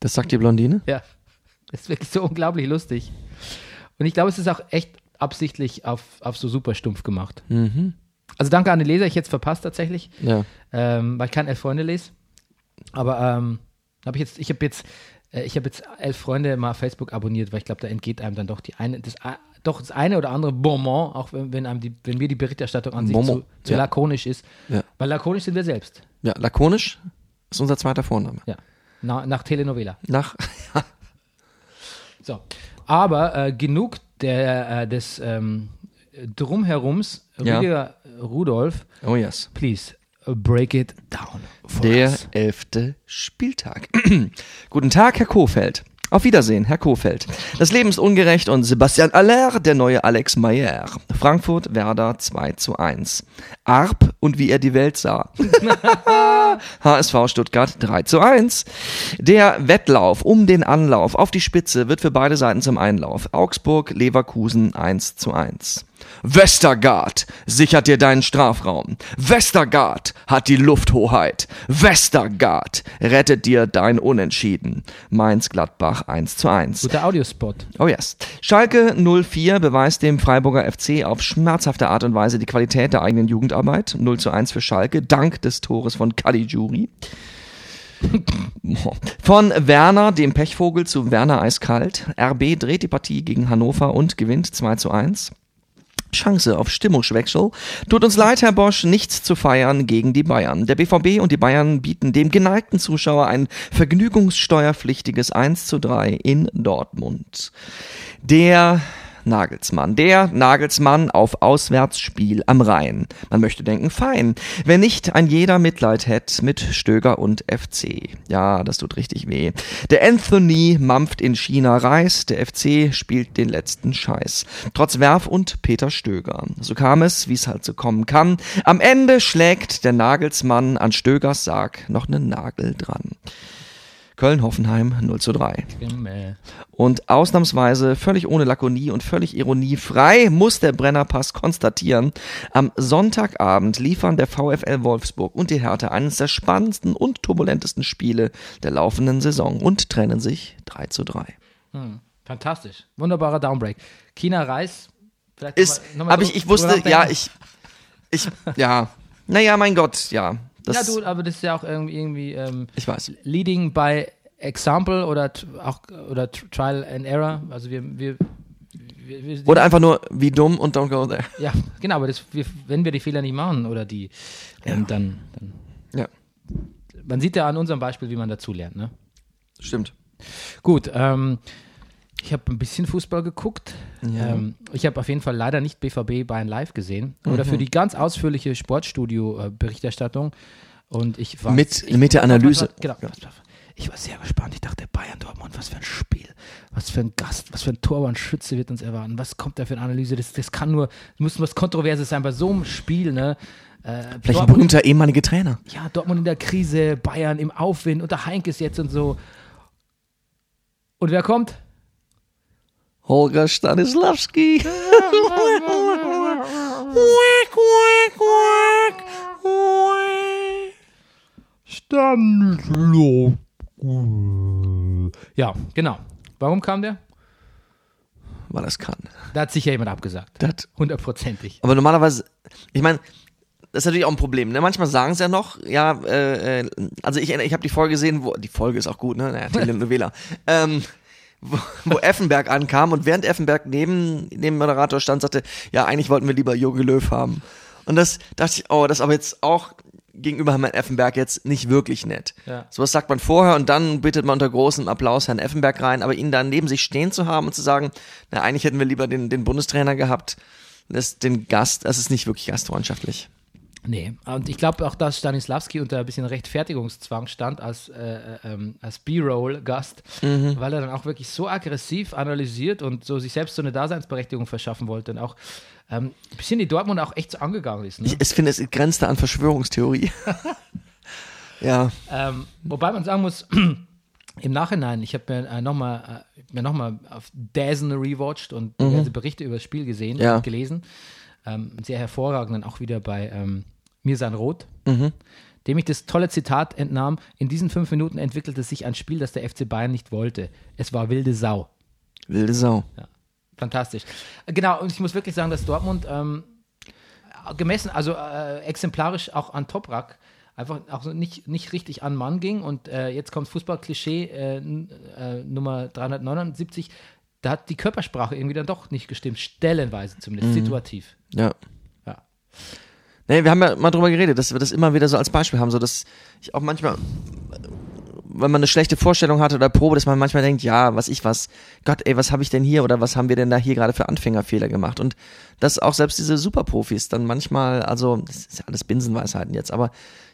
Speaker 2: Das sagt die Blondine?
Speaker 1: Ja, das ist wirklich so unglaublich lustig. Und ich glaube, es ist auch echt absichtlich auf, auf so super stumpf gemacht.
Speaker 2: Mhm.
Speaker 1: Also danke an den Leser, ich hätte es verpasst tatsächlich
Speaker 2: Ja.
Speaker 1: ähm, weil ich kein Elf Freunde lese. Aber ähm, habe ich jetzt, ich habe jetzt, äh, ich habe jetzt Elf Freunde mal auf Facebook abonniert, weil ich glaube, da entgeht einem dann doch die eine, das, a- doch das eine oder andere Bonbon, auch wenn, wenn einem die, wenn mir die Berichterstattung an sich
Speaker 2: Bonbon,
Speaker 1: zu, zu
Speaker 2: ja.
Speaker 1: lakonisch ist.
Speaker 2: Ja.
Speaker 1: Weil lakonisch sind wir selbst.
Speaker 2: Ja, lakonisch ist unser zweiter Vorname.
Speaker 1: Ja. Na, nach Telenovela.
Speaker 2: Nach.
Speaker 1: So. Aber äh, genug der, äh, des ähm, Drumherums.
Speaker 2: Ja.
Speaker 1: Rüdiger äh, Rudolf,
Speaker 2: Oh yes.
Speaker 1: please, uh, break it down for
Speaker 2: Der
Speaker 1: us.
Speaker 2: elfte Spieltag. Guten Tag, Herr Kofeld. Auf Wiedersehen, Herr Kofeld. Das Leben ist ungerecht und Sebastian Aller, der neue Alex Mayer. Frankfurt, Werder 2 zu 1. Arp und wie er die Welt sah. HSV Stuttgart 3 zu 1. Der Wettlauf um den Anlauf auf die Spitze wird für beide Seiten zum Einlauf. Augsburg, Leverkusen 1 zu 1. Westergaard sichert dir deinen Strafraum. Westergaard hat die Lufthoheit. Westergaard rettet dir dein Unentschieden. Mainz-Gladbach 1 zu 1.
Speaker 1: Guter Audiospot.
Speaker 2: Oh yes. Schalke 04 beweist dem Freiburger FC auf schmerzhafte Art und Weise die Qualität der eigenen Jugendarbeit. 0 zu 1 für Schalke, dank des Tores von Caligiuri. Von Werner, dem Pechvogel, zu Werner Eiskalt. RB dreht die Partie gegen Hannover und gewinnt 2 zu 1. Chance auf Stimmungswechsel. Tut uns leid, Herr Bosch, nichts zu feiern gegen die Bayern. Der BVB und die Bayern bieten dem geneigten Zuschauer ein vergnügungssteuerpflichtiges 1 zu 3 in Dortmund. Der Nagelsmann, der Nagelsmann auf Auswärtsspiel am Rhein. Man möchte denken, fein, wenn nicht ein jeder Mitleid hätte mit Stöger und FC. Ja, das tut richtig weh. Der Anthony mampft in China Reis, der FC spielt den letzten Scheiß. Trotz Werf und Peter Stöger. So kam es, wie es halt so kommen kann. Am Ende schlägt der Nagelsmann an Stögers Sarg noch einen Nagel dran. Köln-Hoffenheim 0 zu 3.
Speaker 1: Himmel.
Speaker 2: Und ausnahmsweise völlig ohne Lakonie und völlig ironiefrei muss der Brennerpass konstatieren. Am Sonntagabend liefern der VfL Wolfsburg und die Hertha eines der spannendsten und turbulentesten Spiele der laufenden Saison und trennen sich 3 zu 3.
Speaker 1: Hm, Fantastisch. Wunderbarer Downbreak. China Reis. Vielleicht noch
Speaker 2: Ist,
Speaker 1: mal- noch mal
Speaker 2: aber
Speaker 1: so-
Speaker 2: ich, ich wusste,
Speaker 1: drüber
Speaker 2: ja,
Speaker 1: nachdenken.
Speaker 2: ich, ich, ja, naja, mein Gott, ja,
Speaker 1: Ja,
Speaker 2: das,
Speaker 1: du, aber das ist ja auch irgendwie, irgendwie ähm,
Speaker 2: ich weiß.
Speaker 1: leading by example oder t- auch oder t- trial and error. Also wir, wir, wir, wir
Speaker 2: Oder einfach nur, wie dumm und don't go there.
Speaker 1: ja, genau, aber das, wir, wenn wir die Fehler nicht machen oder die, ähm, dann, dann.
Speaker 2: Ja,
Speaker 1: Man sieht ja an unserem Beispiel, wie man dazulernt, ne?
Speaker 2: stimmt.
Speaker 1: Gut, ähm, ich habe ein bisschen Fußball geguckt. Ähm, ich habe auf jeden Fall leider nicht BVB Bayern Live gesehen, aber
Speaker 2: Mhm.
Speaker 1: dafür die ganz ausführliche Sportstudio-Berichterstattung. Und ich war
Speaker 2: Mit, mit der Analyse.
Speaker 1: Genau. Ich war sehr gespannt. Ich dachte, Bayern Dortmund, was für ein Spiel, was für ein Gast, was für ein Tor und Schütze wird uns erwarten. Was kommt da für eine Analyse? Das, das kann nur, das muss was Kontroverses sein bei so einem Spiel, ne? Äh,
Speaker 2: Vielleicht ein
Speaker 1: Dortmund-
Speaker 2: berühmter ehemaliger Trainer.
Speaker 1: ja, Dortmund in der Krise, Bayern im Aufwind und der Heinke ist jetzt und so. Und wer kommt?
Speaker 2: Holger Stanislawski.
Speaker 1: Stanislau. Ja, genau. Warum kam der?
Speaker 2: Weil das kann.
Speaker 1: Da hat sicher jemand abgesagt.
Speaker 2: Das.
Speaker 1: Hundertprozentig.
Speaker 2: Aber normalerweise, ich meine, das ist natürlich auch ein Problem. Ne? Manchmal sagen sie ja noch, ja, äh, äh, also ich, ich habe die Folge gesehen, wo, die Folge ist auch gut, ne? Naja, Telenovela. ähm, wo, wo Effenberg ankam und während Effenberg neben dem Moderator stand, sagte, ja, eigentlich wollten wir lieber Jogi Löw haben. Und das dachte ich, oh, das ist aber jetzt auch gegenüber Herrn Effenberg jetzt nicht wirklich nett.
Speaker 1: Ja.
Speaker 2: Sowas sagt man vorher und dann bittet man unter großem Applaus Herrn Effenberg rein, aber ihn dann neben sich stehen zu haben und zu sagen, na, eigentlich hätten wir lieber den, den Bundestrainer gehabt, das, den Gast, das ist nicht wirklich gastfreundschaftlich.
Speaker 1: Nee, und ich glaube auch, dass Stanislavski unter ein bisschen Rechtfertigungszwang stand als, äh, ähm, als B-Roll-Gast, weil er dann auch wirklich so aggressiv analysiert und so sich selbst so eine Daseinsberechtigung verschaffen wollte und auch ähm, ein bisschen die Dortmund auch echt so angegangen ist. Ne?
Speaker 2: Ich finde, es grenzt da an Verschwörungstheorie. ja.
Speaker 1: Ähm, wobei man sagen muss, im Nachhinein, ich habe mir äh, nochmal äh, mir noch mal auf Dazen rewatcht und diverse Berichte über das Spiel gesehen
Speaker 2: Ja.
Speaker 1: und gelesen. Ähm, sehr hervorragenden auch wieder bei ähm, Mirsan Roth, dem ich das tolle Zitat entnahm. In diesen fünf Minuten entwickelte sich ein Spiel, das der FC Bayern nicht wollte. Es war wilde Sau.
Speaker 2: Wilde Sau.
Speaker 1: Fantastisch. Genau, und ich muss wirklich sagen, dass Dortmund ähm, gemessen, also äh, exemplarisch auch an Toprak, einfach auch so nicht, nicht richtig an Mann ging. Und äh, jetzt kommt Fußballklischee äh, n- äh, Nummer 379. Da hat die Körpersprache irgendwie dann doch nicht gestimmt, stellenweise zumindest, situativ.
Speaker 2: Ja.
Speaker 1: Ja.
Speaker 2: Nee, wir haben ja mal drüber geredet, dass wir das immer wieder so als Beispiel haben, so dass ich auch manchmal, wenn man eine schlechte Vorstellung hat oder Probe, dass man manchmal denkt, ja, was ich was, Gott, ey, was habe ich denn hier oder was haben wir denn da hier gerade für Anfängerfehler gemacht? Und dass auch selbst diese Superprofis dann manchmal, also, das ist ja alles Binsenweisheiten jetzt, aber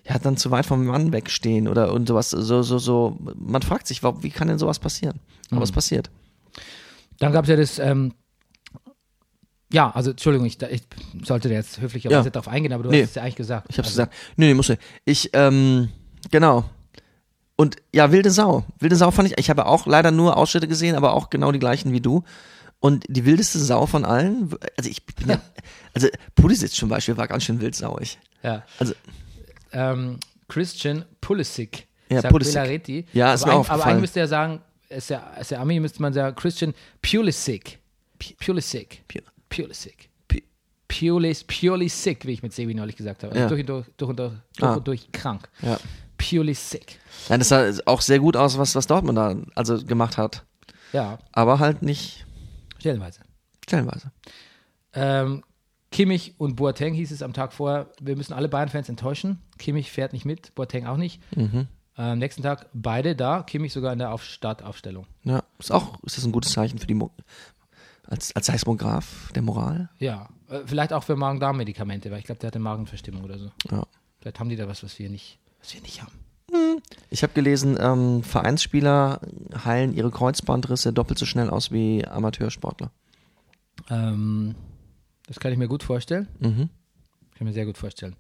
Speaker 2: ja, dann zu weit vom Mann wegstehen oder und sowas, so, so, so, man fragt sich, wa- wie kann denn sowas passieren? Aber es passiert.
Speaker 1: Dann gab es ja das, ähm, ja, also Entschuldigung, ich, da- ich sollte da jetzt höflicherweise
Speaker 2: Ja.
Speaker 1: darauf eingehen, aber du
Speaker 2: Nee.
Speaker 1: hast es ja eigentlich gesagt.
Speaker 2: Ich hab's
Speaker 1: also,
Speaker 2: gesagt. Nee, nee, muss nicht. Ich, ähm, genau. Und ja, wilde Sau. Wilde Sau fand ich, ich habe auch leider nur Ausschnitte gesehen, aber auch genau die gleichen wie du. Und die wildeste Sau von allen, also ich bin ja, also Pulisic zum Beispiel war ganz schön wildsauig.
Speaker 1: Ja.
Speaker 2: Also-
Speaker 1: ähm, Christian Pulisic.
Speaker 2: Ja,
Speaker 1: sagt
Speaker 2: Pulisic.
Speaker 1: Bellaretti.
Speaker 2: Ja, ist
Speaker 1: aber
Speaker 2: mir
Speaker 1: ein- Aber
Speaker 2: aufgefallen.
Speaker 1: eigentlich müsste ja sagen, ist ja, ist ja Ami, müsste man sagen, Christian Pulisic. Pulisic.
Speaker 2: Pu-
Speaker 1: Pulisic.
Speaker 2: Pu-
Speaker 1: Pulis, Pulisic, wie ich mit Sebi neulich gesagt habe. Also
Speaker 2: Ja.
Speaker 1: Durch und durch, durch und durch, durch,
Speaker 2: Ah.
Speaker 1: und durch krank.
Speaker 2: Ja.
Speaker 1: Pulisic.
Speaker 2: Nein, das sah auch sehr gut aus, was, was Dortmund da also gemacht hat.
Speaker 1: Ja,
Speaker 2: Aber halt nicht
Speaker 1: stellenweise.
Speaker 2: stellenweise.
Speaker 1: Ähm, Kimmich und Boateng hieß es am Tag vorher, wir müssen alle Bayern-Fans enttäuschen. Kimmich fährt nicht mit, Boateng auch nicht. Äh, Am nächsten Tag beide da, Kimmich sogar in der Auf Startaufstellung.
Speaker 2: Ja, ist auch, ist das ein gutes Zeichen für die, Mo als, als Seismograph der Moral?
Speaker 1: Ja, äh, vielleicht auch für Magen-Darm-Medikamente, weil ich glaube, der hatte Magenverstimmung oder so.
Speaker 2: Ja.
Speaker 1: Vielleicht haben die da was, was wir nicht, was wir nicht haben.
Speaker 2: Ich habe gelesen, ähm, Vereinsspieler heilen ihre Kreuzbandrisse doppelt so schnell aus wie Amateursportler.
Speaker 1: Ähm, das kann ich mir gut vorstellen. Kann mir sehr gut vorstellen.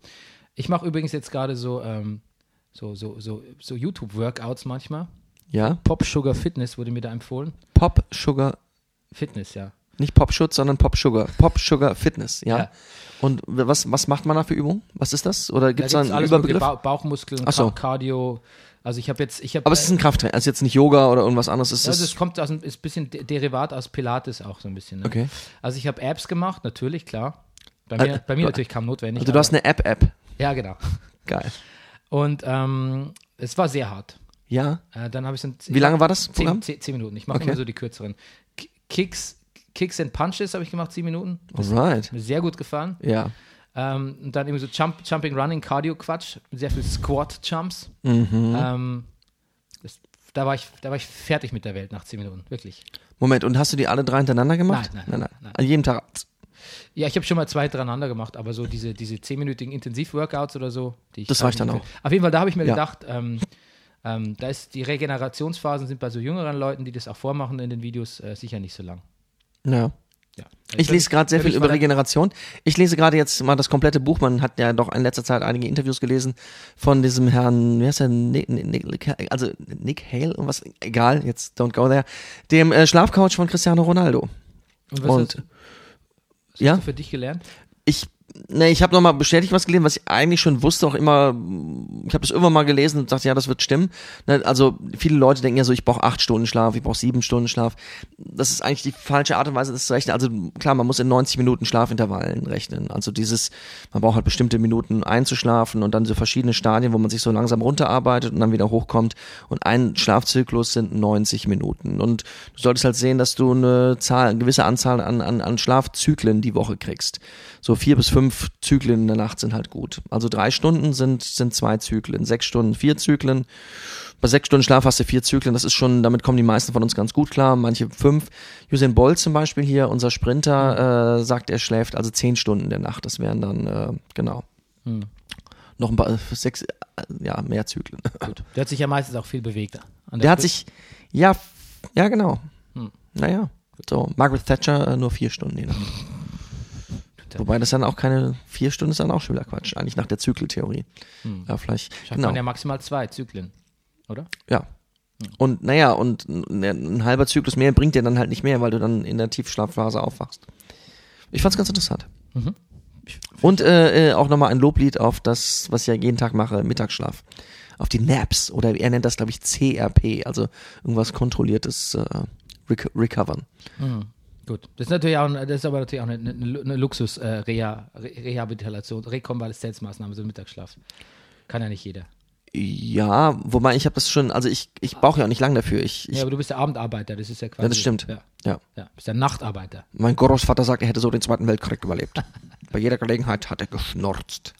Speaker 1: Ich mache übrigens jetzt gerade so, ähm, so, so, so, so YouTube-Workouts manchmal.
Speaker 2: Ja?
Speaker 1: Pop Sugar Fitness wurde mir da empfohlen.
Speaker 2: Pop Sugar,
Speaker 1: Fitness, ja.
Speaker 2: nicht Popschutz, sondern Pop Sugar. Pop Sugar Fitness, ja.
Speaker 1: Ja.
Speaker 2: Und w- was, was macht man da für Übungen? Was ist das? Oder gibt es da
Speaker 1: gibt's
Speaker 2: einen
Speaker 1: mögliche,
Speaker 2: Überbegriff?
Speaker 1: Ba Bauchmuskeln,
Speaker 2: Ach so.
Speaker 1: Ka- Cardio. Also ich habe jetzt, ich habe.
Speaker 2: Aber es ist ein Krafttraining, also jetzt nicht Yoga oder irgendwas anderes. Es
Speaker 1: Ja,
Speaker 2: ist,
Speaker 1: das kommt aus, ein- ist ein bisschen De- Derivat aus Pilates auch so ein bisschen. Ne?
Speaker 2: Okay.
Speaker 1: Also ich habe Apps gemacht, natürlich, klar. Bei mir,
Speaker 2: Äh,
Speaker 1: bei mir
Speaker 2: du-
Speaker 1: natürlich kaum notwendig.
Speaker 2: also du hast
Speaker 1: aber-
Speaker 2: eine App-App.
Speaker 1: Ja, genau.
Speaker 2: Geil.
Speaker 1: Und ähm, es war sehr hart.
Speaker 2: Ja.
Speaker 1: Äh, dann habe ich dann
Speaker 2: Wie lange war das Programm?
Speaker 1: Zehn, zehn, zehn Minuten. Ich mache
Speaker 2: Okay.
Speaker 1: immer so die kürzeren. K- Kicks, Kicks and Punches habe ich gemacht, zehn Minuten.
Speaker 2: Alright.
Speaker 1: Mir sehr gut gefallen.
Speaker 2: Ja.
Speaker 1: Ähm, und dann eben so Jump, Jumping, Running, Cardio-Quatsch, sehr viel Squat-Jumps.
Speaker 2: Mhm.
Speaker 1: Ähm, das, da, war ich, da war ich fertig mit der Welt nach 10 Minuten, wirklich.
Speaker 2: Moment, und hast du die alle drei hintereinander gemacht?
Speaker 1: Nein, nein, nein.
Speaker 2: An jedem Tag.
Speaker 1: Ja, ich habe schon mal zwei hintereinander gemacht, aber so diese, diese 10-minütigen Intensiv-Workouts oder so. Die ich halt
Speaker 2: Das reicht dann auch.
Speaker 1: Auf jeden Fall, da habe ich mir
Speaker 2: Ja.
Speaker 1: gedacht, ähm, ähm, da ist die Regenerationsphasen sind bei so jüngeren Leuten, die das auch vormachen in den Videos, äh, sicher nicht so lang.
Speaker 2: Ja.
Speaker 1: Ja.
Speaker 2: Ich lese gerade sehr
Speaker 1: für mich
Speaker 2: viel über
Speaker 1: war der-
Speaker 2: Regeneration. Ich lese gerade jetzt mal das komplette Buch. Man hat ja doch in letzter Zeit einige Interviews gelesen von diesem Herrn, wie heißt der, Nick, Nick, Nick, also Nick Hale, irgendwas, egal, jetzt don't go there, dem äh, Schlafcoach von Cristiano Ronaldo.
Speaker 1: Und was
Speaker 2: Und
Speaker 1: hast, was
Speaker 2: ja,
Speaker 1: hast du für dich gelernt?
Speaker 2: ich, ne, ich habe nochmal bestätigt was gelesen, was ich eigentlich schon wusste, auch immer, ich habe das irgendwann mal gelesen und dachte, ja, das wird stimmen. Ne, also viele Leute denken ja so, ich brauche acht Stunden Schlaf, ich brauche sieben Stunden Schlaf. Das ist eigentlich die falsche Art und Weise, das zu rechnen. Also klar, man muss in 90 Minuten Schlafintervallen rechnen. Also dieses, man braucht halt bestimmte Minuten einzuschlafen und dann so verschiedene Stadien, wo man sich so langsam runterarbeitet und dann wieder hochkommt. Und ein Schlafzyklus sind 90 Minuten. Und du solltest halt sehen, dass du eine Zahl, eine gewisse Anzahl an, an, an Schlafzyklen die Woche kriegst. So vier bis fünf Zyklen in der Nacht sind halt gut. Also drei Stunden sind, sind zwei Zyklen, sechs Stunden vier Zyklen. Bei sechs Stunden Schlaf hast du vier Zyklen, das ist schon, damit kommen die meisten von uns ganz gut klar, manche fünf. Usain Bolt zum Beispiel hier, unser Sprinter, äh, sagt, er schläft also zehn Stunden in der Nacht. Das wären dann, äh, genau. noch ein paar, sechs, äh, ja, mehr Zyklen.
Speaker 1: Der hat sich ja meistens auch viel bewegt. An
Speaker 2: Der hat
Speaker 1: Spitze. Hm.
Speaker 2: sich, ja, ja, genau. Naja, so, Margaret Thatcher äh, nur vier Stunden. je nach- Wobei das dann auch keine, vier Stunden ist dann auch schon wieder Quatsch, eigentlich nach der Zyklentheorie.
Speaker 1: Hm.
Speaker 2: Ja, vielleicht,
Speaker 1: Schafft
Speaker 2: genau,
Speaker 1: man ja maximal zwei Zyklen, oder?
Speaker 2: ja. Und naja, und ein, ein halber Zyklus mehr bringt dir dann halt nicht mehr, weil du dann in der Tiefschlafphase aufwachst. Ich fand's ganz interessant.
Speaker 1: Mhm.
Speaker 2: Und äh, äh, auch nochmal ein Loblied auf das, was ich ja jeden Tag mache, Mittagsschlaf. Auf die Naps oder er nennt das, glaube ich, CRP, also irgendwas kontrolliertes äh, Rec Recovern.
Speaker 1: Gut. Das ist natürlich auch, ein- das ist aber natürlich auch eine, eine, eine Luxus äh, Reha, Re- Rehabilitation, Rekonvaleszenzmaßnahme, so Mittagsschlaf. Kann ja nicht jeder.
Speaker 2: Ja, wobei ich habe das schon, also ich, ich brauche ja auch nicht lang dafür. Ich, ich,
Speaker 1: Ja, aber du bist ja Abendarbeiter, das ist ja quasi.
Speaker 2: ja, das stimmt.
Speaker 1: Ja,
Speaker 2: ja.
Speaker 1: ja. bist ja Nachtarbeiter.
Speaker 2: Mein Großvater sagt, er hätte so den Zweiten Weltkrieg überlebt. Bei jeder Gelegenheit hat er geschnorzt.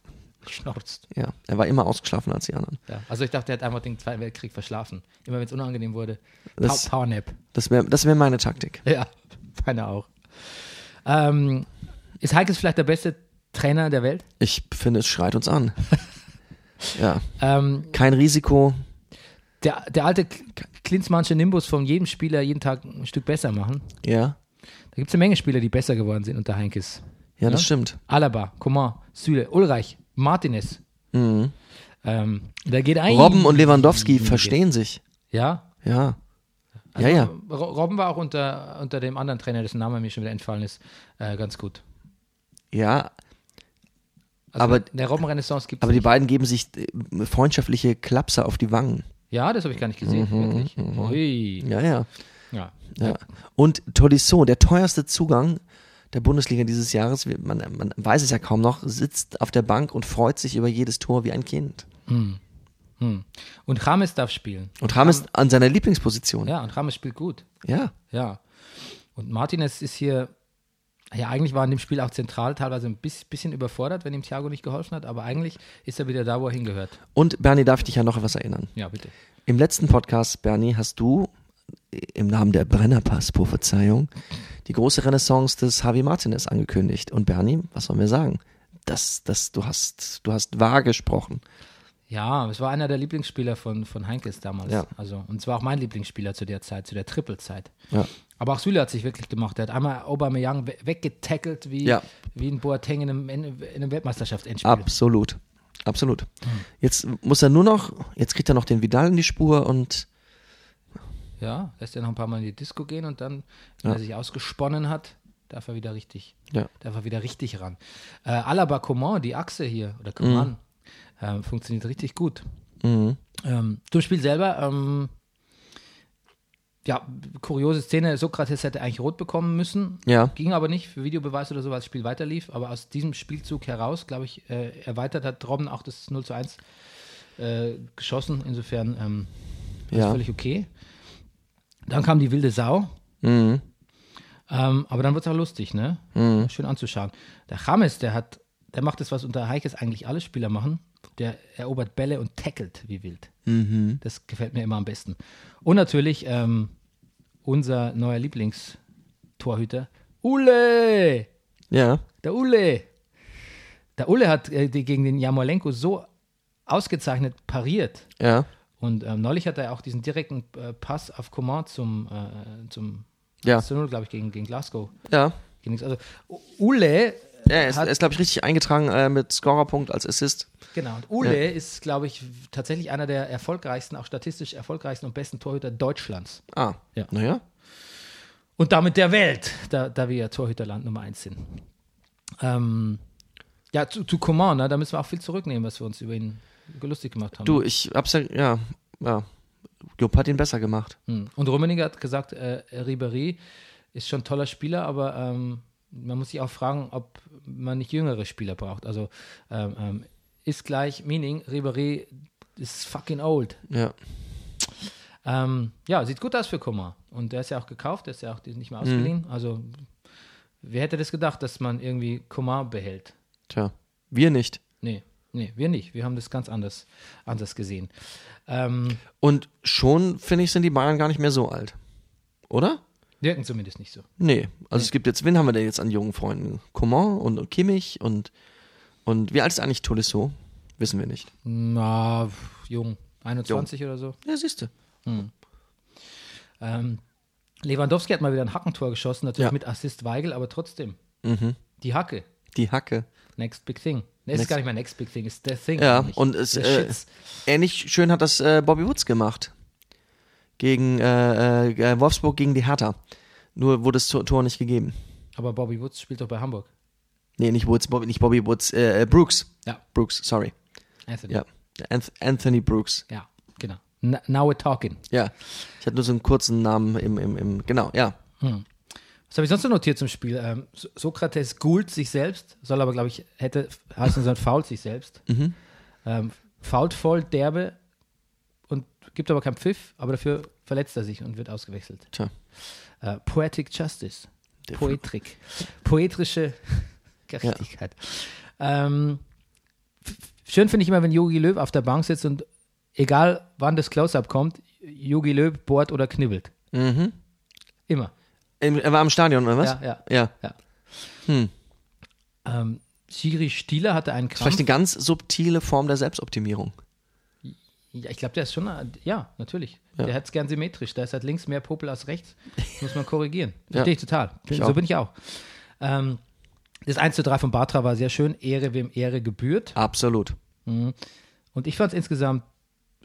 Speaker 1: Schnorzt.
Speaker 2: Ja, er war immer ausgeschlafen als die anderen.
Speaker 1: Ja. Also ich dachte, er hat einfach den Zweiten Weltkrieg verschlafen. Immer wenn es unangenehm wurde. Pa
Speaker 2: Das-
Speaker 1: Powernap.
Speaker 2: Das wäre das wär meine Taktik.
Speaker 1: Ja, meine auch. Ähm, ist Heikes vielleicht der beste Trainer der Welt?
Speaker 2: Ich finde, es schreit uns an. ja,
Speaker 1: Ähm,
Speaker 2: kein Risiko.
Speaker 1: der, der alte K- Klinsmannsche Nimbus von jedem Spieler jeden Tag ein Stück besser machen.
Speaker 2: Ja,
Speaker 1: Da gibt es eine Menge Spieler, die besser geworden sind unter Heinkes.
Speaker 2: ja, das
Speaker 1: Ja?
Speaker 2: stimmt.
Speaker 1: Alaba, Coman, Süle, Ulreich, Martinez. Ähm, da geht ein.
Speaker 2: Mhm. Robben und Lewandowski verstehen sich.
Speaker 1: Ja.
Speaker 2: Ja.
Speaker 1: Also
Speaker 2: Ja, ja.
Speaker 1: Ro- Robben war auch unter, unter dem anderen Trainer, dessen Name mir schon wieder entfallen ist, äh, ganz gut.
Speaker 2: Ja,
Speaker 1: Also
Speaker 2: Aber-
Speaker 1: in der Robben-Renaissance gibt
Speaker 2: aber die
Speaker 1: es.
Speaker 2: beiden geben sich äh, freundschaftliche Klapser auf die Wangen.
Speaker 1: Ja, das habe ich gar nicht gesehen,
Speaker 2: Mhm,
Speaker 1: wirklich. Ui.
Speaker 2: Ja, ja.
Speaker 1: Ja.
Speaker 2: Ja. Und Tolisso, der teuerste Zugang der Bundesliga dieses Jahres, wir- man, man weiß es ja kaum noch, sitzt auf der Bank und freut sich über jedes Tor wie ein Kind.
Speaker 1: Und Rames darf spielen.
Speaker 2: Und Rames an seiner Lieblingsposition.
Speaker 1: Ja, und Rames spielt gut.
Speaker 2: ja.
Speaker 1: Ja. Und Martinez ist hier, ja, eigentlich war in dem Spiel auch zentral teilweise ein bis- bisschen überfordert, wenn ihm Thiago nicht geholfen hat, aber eigentlich ist er wieder da, wo er hingehört.
Speaker 2: Und Bernie, darf ich dich ja noch etwas erinnern?
Speaker 1: Ja, bitte.
Speaker 2: Im letzten Podcast, Bernie, hast du äh, im Namen der Brennerpass-Prophezeiung die große Renaissance des Javi Martinez angekündigt. Und Bernie, was sollen wir sagen? Das, das, du hast, du hast wahr gesprochen.
Speaker 1: Ja, es war einer der Lieblingsspieler von, von Heinkes damals.
Speaker 2: Ja.
Speaker 1: Also, und es war auch mein Lieblingsspieler zu der Zeit, zu der Triple-Zeit.
Speaker 2: Ja.
Speaker 1: Aber auch Süle hat sich wirklich gemacht. Er hat einmal Aubameyang we- weggetackelt wie,
Speaker 2: Ja.
Speaker 1: wie ein Boateng in einem, in, in einem Weltmeisterschaftsendspiel.
Speaker 2: Absolut. Absolut. Jetzt muss er nur noch, jetzt kriegt er noch den Vidal in die Spur und
Speaker 1: Ja, lässt er noch ein paar Mal in die Disco gehen und dann, wenn er sich ausgesponnen hat, darf er wieder richtig,
Speaker 2: Ja.
Speaker 1: darf er wieder richtig ran. Äh, Alaba Coman, die Achse hier, oder
Speaker 2: Mhm.
Speaker 1: Coman, ähm, funktioniert richtig gut. Ähm, zum Spiel selber, ähm, ja, kuriose Szene, Sokrates hätte eigentlich rot bekommen müssen,
Speaker 2: Ja.
Speaker 1: ging aber nicht für Videobeweis oder so, weil das Spiel weiterlief, aber aus diesem Spielzug heraus, glaube ich, äh, erweitert hat Robben auch das 0 zu 1 äh, geschossen, insofern ähm, das ist
Speaker 2: ja.
Speaker 1: völlig okay. Dann kam die wilde Sau. Ähm, aber dann wird es auch lustig, ne? Schön anzuschauen. Der James, der hat, der macht das, was unter Heikes eigentlich alle Spieler machen. Der erobert Bälle und tackelt wie wild. Das gefällt mir immer am besten. Und natürlich ähm, unser neuer Lieblingstorhüter, Ule!
Speaker 2: Ja.
Speaker 1: Der Ulle. Der Ulle hat äh, die gegen den Jamolenko so ausgezeichnet pariert.
Speaker 2: Ja.
Speaker 1: Und ähm, neulich hat er auch diesen direkten äh, Pass auf Command zum, äh, zum
Speaker 2: Ja.
Speaker 1: 1 zu 0, glaube ich, gegen, gegen Glasgow.
Speaker 2: Ja.
Speaker 1: Gegen- Also U- Ule,
Speaker 2: Ja, er ist, er ist glaube ich, richtig eingetragen äh, mit Scorerpunkt als Assist.
Speaker 1: genau, und Ule ist, glaube ich, tatsächlich einer der erfolgreichsten, auch statistisch erfolgreichsten und besten Torhüter Deutschlands.
Speaker 2: Ah.
Speaker 1: Ja.
Speaker 2: Naja.
Speaker 1: Und damit der Welt, da, da wir ja Torhüterland Nummer 1 sind. Ähm, ja, zu, zu Command, ne, da müssen wir auch viel zurücknehmen, was wir uns über ihn lustig gemacht haben.
Speaker 2: Du, ich hab's ja, ja, ja. Jupp hat ihn besser gemacht.
Speaker 1: Hm. Und Rummenigge hat gesagt, äh, Ribéry ist schon ein toller Spieler, aber ähm, man muss sich auch fragen, ob man nicht jüngere Spieler braucht. Also ähm, ähm, ist gleich Meaning, Ribéry ist fucking old.
Speaker 2: Ja.
Speaker 1: Ähm, ja, sieht gut aus für Kummer. Und der ist ja auch gekauft, der ist ja auch nicht mehr ausgeliehen. Also wer hätte das gedacht, dass man irgendwie Kummer behält?
Speaker 2: Tja. Wir nicht.
Speaker 1: Nee, nee, wir nicht. Wir haben das ganz anders, anders gesehen. Ähm,
Speaker 2: Und schon, finde ich, sind die Bayern gar nicht mehr so alt. Oder?
Speaker 1: wirken zumindest nicht so.
Speaker 2: Nee. Also es gibt jetzt, wen haben wir denn jetzt an jungen Freunden? Coman und Kimmich und, und wie alt ist eigentlich Tolisso? Wissen wir nicht.
Speaker 1: Na, pf, jung. 21 oder so.
Speaker 2: Ja, siehst du.
Speaker 1: Ähm, Lewandowski hat mal wieder ein Hackentor geschossen, natürlich
Speaker 2: Ja.
Speaker 1: mit Assist Weigel, aber trotzdem. Die Hacke.
Speaker 2: Die Hacke.
Speaker 1: Next Big Thing. Nee, ist
Speaker 2: Next-
Speaker 1: gar nicht mehr Next Big Thing, ist The Thing.
Speaker 2: Ja,
Speaker 1: eigentlich.
Speaker 2: und es,
Speaker 1: The
Speaker 2: äh,
Speaker 1: Shits.
Speaker 2: ähnlich schön hat das äh, Bobby Woods gemacht. Gegen äh, äh, Wolfsburg gegen die Hertha. Nur wurde das Tor Tor nicht gegeben.
Speaker 1: Aber Bobby Woods spielt doch bei Hamburg.
Speaker 2: Nee, nicht Woods, Bobby, nicht Bobby Woods, äh, äh, Brooks.
Speaker 1: Ja,
Speaker 2: Brooks, sorry.
Speaker 1: Anthony.
Speaker 2: Ja. Anth Anthony Brooks.
Speaker 1: Ja, genau. N now we're talking.
Speaker 2: Ja. Ich hatte nur so einen kurzen Namen im, im, im genau, ja.
Speaker 1: Was habe ich sonst noch notiert zum Spiel? Ähm, So- Sokrates gult sich selbst, soll aber, glaube ich, hätte heißen sollen, fault sich selbst.
Speaker 2: Mhm.
Speaker 1: Ähm, fault voll, derbe und gibt aber keinen Pfiff, aber dafür verletzt er sich und wird ausgewechselt.
Speaker 2: Tja.
Speaker 1: Äh, Poetic Justice. Poetrik. Poetrische Gerechtigkeit. Ähm, f- schön finde ich immer, wenn Yogi Löw auf der Bank sitzt und egal wann das Close-Up kommt, Yogi Löw bohrt oder knibbelt. Immer.
Speaker 2: Im, er war im Stadion, oder Mhm. was?
Speaker 1: Ja, ja.
Speaker 2: ja.
Speaker 1: Ja. Hm. Ähm, Siri Stieler hatte einen Krampf.
Speaker 2: Vielleicht eine ganz subtile Form der Selbstoptimierung.
Speaker 1: Ja, ich glaube, der ist schon, äh, ja, natürlich. Der hat es gern symmetrisch. Da ist halt links mehr Popel als rechts. Das muss man korrigieren. Verstehe ich total. Bin, so
Speaker 2: auch.
Speaker 1: bin ich auch. Ähm, das 1 zu 3 von Bartra war sehr schön. Ehre, wem Ehre gebührt.
Speaker 2: Absolut.
Speaker 1: Und ich fand es insgesamt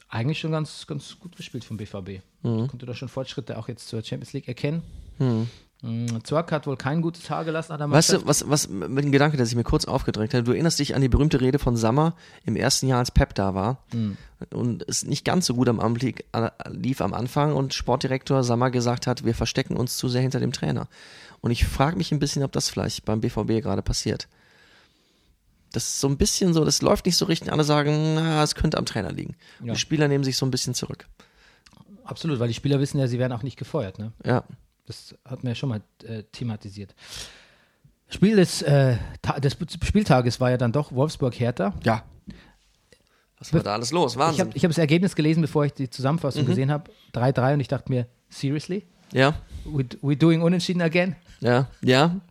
Speaker 1: eigentlich schon ganz, ganz gut gespielt vom BVB. Mhm. Konnte da schon Fortschritte auch jetzt zur Champions League erkennen. Mhm. Zorc hat wohl kein gutes Haar gelassen an der
Speaker 2: Weißt
Speaker 1: Mannschaft.
Speaker 2: du, was, was mit dem Gedanke, der sich mir kurz aufgedrängt hat, du erinnerst dich an die berühmte Rede von Sammer im ersten Jahr, als Pep da war
Speaker 1: Mhm.
Speaker 2: und es nicht ganz so gut am Amt lieg- äh, lief am Anfang und Sportdirektor Sammer gesagt hat, wir verstecken uns zu sehr hinter dem Trainer. Und ich frage mich ein bisschen, ob das vielleicht beim BVB gerade passiert. Das ist so ein bisschen so, das läuft nicht so richtig. Alle sagen, na, es könnte am Trainer liegen. Und
Speaker 1: Ja.
Speaker 2: die Spieler nehmen sich so ein bisschen zurück.
Speaker 1: Absolut, weil die Spieler wissen ja, sie werden auch nicht gefeuert. Ne?
Speaker 2: Ja,
Speaker 1: Das hat man ja schon mal äh, thematisiert. Spiel des, äh, Ta- des Spieltages war ja dann doch Wolfsburg-Hertha.
Speaker 2: Ja. Was war da alles los?
Speaker 1: Ich
Speaker 2: Wahnsinn.
Speaker 1: habe ich hab das Ergebnis gelesen, bevor ich die Zusammenfassung gesehen habe. 3-3 und ich dachte mir, seriously?
Speaker 2: ja,
Speaker 1: We, we doing unentschieden again?
Speaker 2: ja, ja.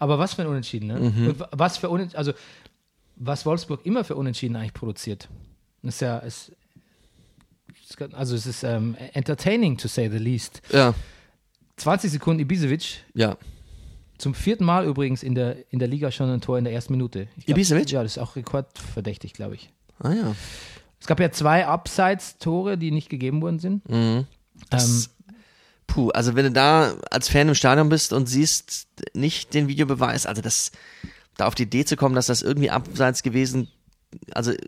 Speaker 1: Aber was für ein Unentschieden, ne? Und wa- was für Unentschieden, also was Wolfsburg immer für Unentschieden eigentlich produziert. Ist ja, ist, ist, also es ist ähm, entertaining to say the least.
Speaker 2: Ja,
Speaker 1: 20 Sekunden Ibisevic,
Speaker 2: ja.
Speaker 1: Zum vierten Mal übrigens in der, in der Liga schon ein Tor in der ersten Minute. Ich
Speaker 2: Ibisevic?
Speaker 1: Ja, das ist auch rekordverdächtig, glaube ich.
Speaker 2: Ah ja.
Speaker 1: Es gab ja zwei Abseits-Tore, die nicht gegeben worden sind. Ähm,
Speaker 2: Puh, also wenn du da als Fan im Stadion bist und siehst nicht den Videobeweis, also das da auf die Idee zu kommen, dass das irgendwie abseits gewesen, also äh,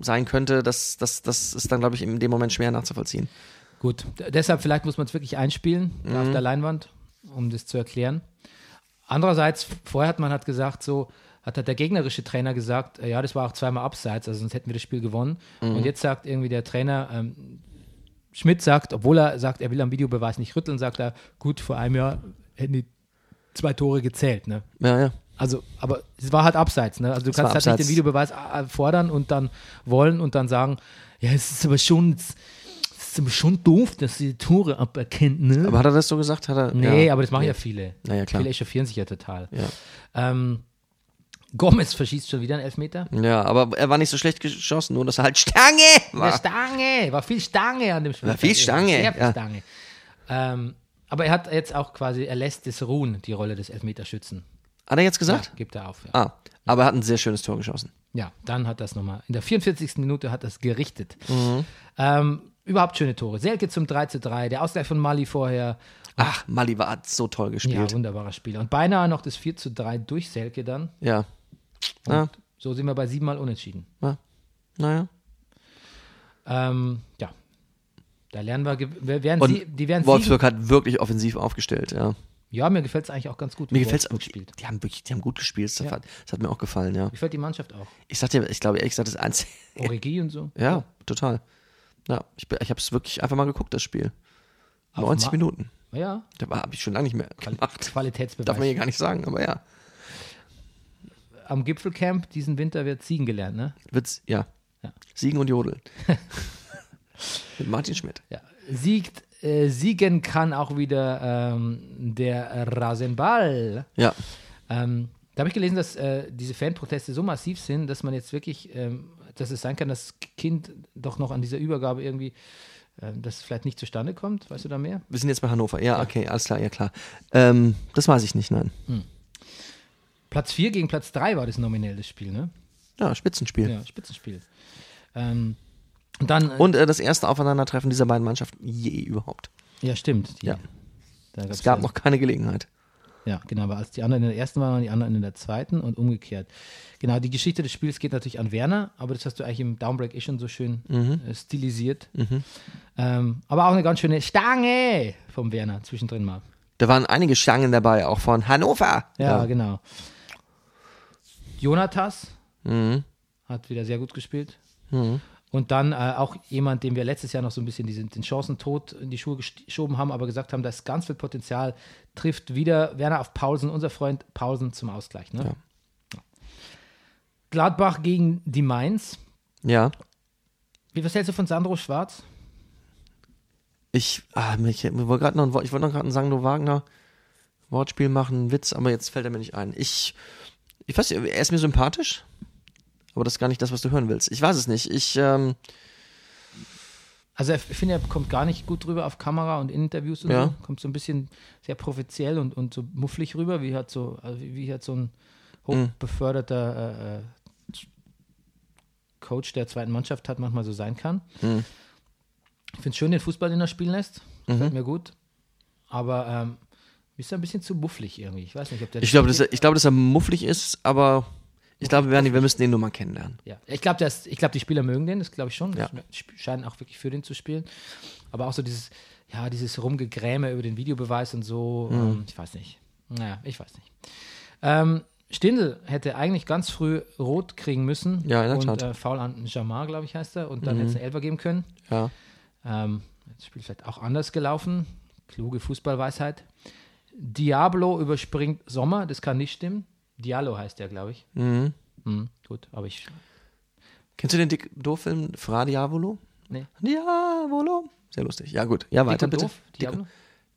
Speaker 2: sein könnte, das, das, das ist dann, glaube ich, in dem Moment schwer nachzuvollziehen.
Speaker 1: gut, D deshalb vielleicht muss man es wirklich einspielen da auf der Leinwand, um das zu erklären. Andererseits, vorher hat man hat gesagt, so hat, hat der gegnerische Trainer gesagt, äh, ja, das war auch zweimal Abseits, also sonst hätten wir das Spiel gewonnen. Und jetzt sagt irgendwie der Trainer, ähm, Schmidt sagt, obwohl er sagt, er will am Videobeweis nicht rütteln, sagt er, gut, vor einem Jahr hätten die zwei Tore gezählt, ne?
Speaker 2: Ja, ja.
Speaker 1: Also, aber es war halt abseits, ne? Also du kannst
Speaker 2: war
Speaker 1: halt nicht den
Speaker 2: abseits.
Speaker 1: Videobeweis äh, fordern und dann wollen und dann sagen, ja, es ist aber schon, es ist aber schon doof, dass sie die Tore aberkennt, ne?
Speaker 2: Aber hat er das so gesagt? Hat er,
Speaker 1: nee,
Speaker 2: ja.
Speaker 1: aber das machen ja viele.
Speaker 2: Na ja, klar.
Speaker 1: Viele echauffieren sich ja total.
Speaker 2: Ja.
Speaker 1: Ähm, Gomez verschießt schon wieder einen Elfmeter.
Speaker 2: ja, aber er war nicht so schlecht geschossen, nur dass er halt Stange
Speaker 1: Eine
Speaker 2: war.
Speaker 1: Stange, war viel Stange an dem Spiel.
Speaker 2: War viel Stange,
Speaker 1: Sehr viel
Speaker 2: ja.
Speaker 1: Stange. Ähm, aber er hat jetzt auch quasi, er lässt es ruhen, die Rolle des Elfmeterschützen.
Speaker 2: Hat er jetzt gesagt?
Speaker 1: Ja, gibt er auf. Ja.
Speaker 2: Ah, aber er hat ein sehr schönes Tor geschossen.
Speaker 1: Ja, dann hat das nochmal. In der 44. Minute hat das gerichtet.
Speaker 2: Mhm.
Speaker 1: Ähm, überhaupt schöne Tore. Selke zum 3 zu 3, der Ausgleich von Mali vorher.
Speaker 2: Ach, Mali war hat so toll
Speaker 1: Ja,
Speaker 2: gespielt.
Speaker 1: wunderbarer Spieler. Und beinahe noch das 4 zu 3 durch Selke dann.
Speaker 2: Ja. ja.
Speaker 1: So sind wir bei siebenmal unentschieden.
Speaker 2: ja. Naja.
Speaker 1: Ähm, ja. Da lernen wir, gew- wer- werden
Speaker 2: Und
Speaker 1: sie, die werden
Speaker 2: Wolfsburg hat wirklich offensiv aufgestellt, ja.
Speaker 1: siegen. Ja, mir gefällt es eigentlich auch ganz gut. wie
Speaker 2: Mir gefällt es
Speaker 1: Wolfsburg spielt.
Speaker 2: Die haben wirklich, die haben gut gespielt. Das,
Speaker 1: Ja.
Speaker 2: hat, das hat mir auch gefallen, ja.
Speaker 1: Mir gefällt die Mannschaft auch.
Speaker 2: Ich sagte, ja, ich glaube ehrlich gesagt, das ist eins.
Speaker 1: Origi und so.
Speaker 2: Ja, total. Ja, ich, bin- ich habe es wirklich einfach mal geguckt, das Spiel.
Speaker 1: Auf
Speaker 2: 90
Speaker 1: Ma-
Speaker 2: Minuten.
Speaker 1: Ja,
Speaker 2: Da habe ich schon lange nicht mehr
Speaker 1: Quali-
Speaker 2: gemacht.
Speaker 1: Qualitätsbeweis.
Speaker 2: Darf man hier gar nicht sagen, aber ja.
Speaker 1: Am Gipfelcamp diesen Winter wird siegen gelernt, ne?
Speaker 2: Witz, ja.
Speaker 1: Ja.
Speaker 2: Siegen und Jodeln. Mit Martin Schmidt.
Speaker 1: Ja, siegt, äh, siegen kann auch wieder ähm, der Rasenball.
Speaker 2: Ja,
Speaker 1: Ähm, Da habe ich gelesen, dass äh, diese Fanproteste so massiv sind, dass man jetzt wirklich, ähm, dass es sein kann, dass das Kind doch noch an dieser Übergabe irgendwie, äh, das vielleicht nicht zustande kommt. Weißt du da mehr?
Speaker 2: Wir sind jetzt bei Hannover. Ja, okay, alles klar, ja klar. Ähm, das weiß ich nicht, nein.
Speaker 1: Platz 4 gegen Platz 3 war das nominell das Spiel, ne?
Speaker 2: Ja, Spitzenspiel.
Speaker 1: Ja, Spitzenspiel. Ähm, und dann, äh,
Speaker 2: Und äh, das erste Aufeinandertreffen dieser beiden Mannschaften je überhaupt.
Speaker 1: ja, stimmt. Die,
Speaker 2: Ja.
Speaker 1: Da gab's
Speaker 2: Es gab
Speaker 1: ja-
Speaker 2: noch keine Gelegenheit.
Speaker 1: Ja, genau, weil als die anderen in der ersten waren, waren die anderen in der zweiten und umgekehrt. Genau, die Geschichte des Spiels geht natürlich an Werner, aber das hast du eigentlich im Downbreak eh schon so schön äh, stilisiert. Ähm, aber auch eine ganz schöne Stange vom Werner zwischendrin mal.
Speaker 2: Da waren einige Schlangen dabei, auch von Hannover.
Speaker 1: Ja, genau. Jonatas hat wieder sehr gut gespielt. Und dann äh, auch jemand, dem wir letztes Jahr noch so ein bisschen diesen, den Chancentod in die Schuhe gest- geschoben haben, aber gesagt haben, da ist ganz viel Potenzial, trifft wieder Werner auf Paulsen, unser Freund Paulsen zum Ausgleich. Ne? Gladbach gegen die Mainz.
Speaker 2: ja.
Speaker 1: Wie, was hältst du von Sandro Schwarz?
Speaker 2: Ich, ah, mich, mir wollte grad noch, ein Wort- ich wollte noch gerade ein Sanglo Wagner Wortspiel machen, einen Witz, aber jetzt fällt er mir nicht ein. Ich, ich weiß nicht, er ist mir sympathisch, aber das ist gar nicht das, was du hören willst. Ich weiß es nicht. Ich, ähm,
Speaker 1: Also ich finde, er kommt gar nicht gut rüber auf Kamera und in Interviews und
Speaker 2: Ja.
Speaker 1: so. Kommt so ein bisschen sehr professionell und, und so mufflig rüber, wie halt so, also wie wie halt so ein hochbeförderter äh, äh, Coach der zweiten Mannschaft hat, manchmal so sein kann.
Speaker 2: Mhm.
Speaker 1: Ich finde es schön, den Fußball, den er spielen lässt.
Speaker 2: Mhm.
Speaker 1: Gefällt mir gut. Aber ähm, ist er ein bisschen zu mufflig irgendwie. Ich weiß nicht, ob der
Speaker 2: ich glaube, dass er, ich glaube, dass er mufflig ist, aber ich glaube, Bernie, wir müssen den nur mal kennenlernen.
Speaker 1: Ja, ich glaube, glaub, die Spieler mögen den, das glaube ich schon.
Speaker 2: Ja.
Speaker 1: Sch- Scheinen auch wirklich für den zu spielen. Aber auch so dieses, ja, dieses Rumgegräme über den Videobeweis und so,
Speaker 2: Mhm.
Speaker 1: ähm, ich weiß nicht. Naja, ich weiß nicht. Ähm, Stindl hätte eigentlich ganz früh rot kriegen müssen.
Speaker 2: Ja, in der
Speaker 1: Und
Speaker 2: Tat. Mhm.
Speaker 1: äh, faul an Jamar, glaube ich, heißt er. Und dann hätte es einen Elfer geben können.
Speaker 2: Ja.
Speaker 1: Ähm, das Spiel vielleicht auch anders gelaufen. Kluge Fußballweisheit. Diablo überspringt Sommer, das kann nicht stimmen. Diallo heißt der, glaube ich. Mhm, gut, aber ich
Speaker 2: Kennst du den Dick Do-Film Fra Diavolo?
Speaker 1: Nee.
Speaker 2: Diavolo? Sehr lustig. Ja, gut. Ja, weiter
Speaker 1: und
Speaker 2: bitte.
Speaker 1: Doof?
Speaker 2: Dick,
Speaker 1: Diablo?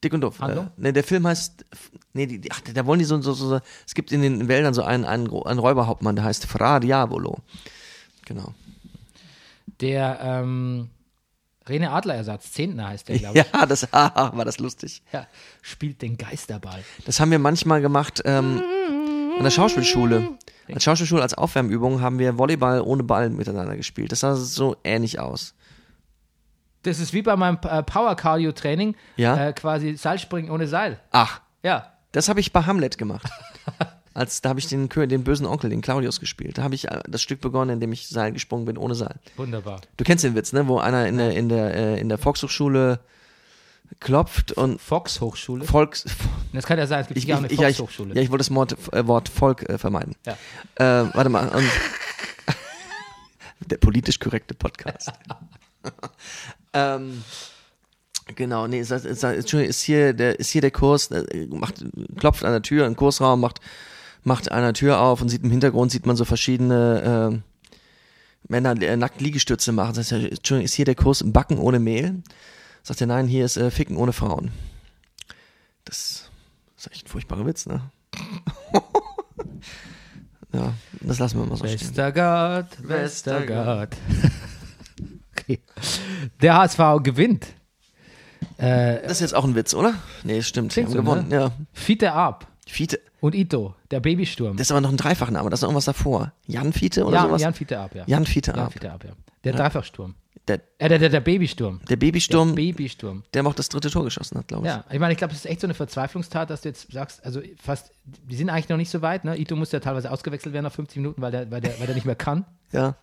Speaker 2: Dick und Doof. Äh,
Speaker 1: Handlung?
Speaker 2: nee, der Film heißt. Nee, die, die- ach, da wollen die so, so, so, so. Es gibt in den Wäldern so einen, einen, Gro- einen Räuberhauptmann, der heißt Fra Diavolo. Genau.
Speaker 1: Der ähm, Rene Adler-Ersatz, Zehntner heißt der, glaube ich,
Speaker 2: Ja, das haha, war das lustig.
Speaker 1: ja, spielt den Geisterball.
Speaker 2: Das haben wir manchmal gemacht ähm, an der Schauspielschule. An der Schauspielschule als Aufwärmübung haben wir Volleyball ohne Ball miteinander gespielt. Das sah so ähnlich aus.
Speaker 1: Das ist wie bei meinem äh, Power-Cardio-Training,
Speaker 2: Ja?
Speaker 1: äh, quasi Seilspringen ohne Seil.
Speaker 2: Ach,
Speaker 1: Ja,
Speaker 2: Das habe ich bei Hamlet gemacht. Als, da habe ich den, Kö- den bösen Onkel, den Claudius, gespielt. Da habe ich äh, das Stück begonnen, in dem ich Seil gesprungen bin, ohne Seil.
Speaker 1: wunderbar.
Speaker 2: Du kennst den Witz, ne? Wo einer in der, in der, äh, in der Volkshochschule klopft und
Speaker 1: Fox-Hochschule.
Speaker 2: Volks.
Speaker 1: Das kann ja sein, es gibt
Speaker 2: Ich, ich,
Speaker 1: sicher auch eine
Speaker 2: ich, ja, ich,
Speaker 1: Fox-Hochschule.
Speaker 2: ja, ich wollte das Wort, äh, Wort Volk äh, vermeiden.
Speaker 1: Ja.
Speaker 2: Äh, warte mal. Und, der politisch korrekte Podcast. ähm, genau, nee, ist, ist, ist, Entschuldigung, ist, hier der, ist hier der Kurs, äh, macht, klopft an der Tür im Kursraum, macht, macht an der Tür auf und sieht im Hintergrund sieht man so verschiedene ähm, Männer die, äh, nackt Liegestütze machen. Sagt, er, Entschuldigung, ist hier der Kurs Backen ohne Mehl? Sagt er, nein, hier ist äh, Ficken ohne Frauen. Das ist echt ein furchtbarer Witz, ne? ja, das lassen wir mal so stehen.
Speaker 1: Westergaard, Westergaard. okay. Der HSV gewinnt. Äh,
Speaker 2: Das ist jetzt auch ein Witz, oder? Nee, das stimmt. Wir
Speaker 1: Klingt
Speaker 2: haben
Speaker 1: so,
Speaker 2: gewonnen,
Speaker 1: ne?
Speaker 2: ja.
Speaker 1: Fiete Ab
Speaker 2: Fiete,
Speaker 1: und Ito, der Babysturm.
Speaker 2: das ist aber noch ein Dreifachname, da ist noch irgendwas davor. Jan Fiete oder
Speaker 1: ja,
Speaker 2: sowas?
Speaker 1: Jan Fiete Ab, ja.
Speaker 2: Jan Fiete ah.
Speaker 1: Jan
Speaker 2: Ab.
Speaker 1: Fiete Ab, ja. Der Dreifachsturm.
Speaker 2: Der,
Speaker 1: Äh, der, der, der Babysturm.
Speaker 2: der Babysturm, der,
Speaker 1: Babysturm.
Speaker 2: der auch das dritte Tor geschossen hat, glaube ich.
Speaker 1: Ja, ich meine, ich glaube, das ist echt so eine Verzweiflungstat, dass du jetzt sagst, also fast, die sind eigentlich noch nicht so weit, ne? Ito muss ja teilweise ausgewechselt werden nach 50 Minuten, weil der, weil der, weil der nicht mehr kann.
Speaker 2: Ja.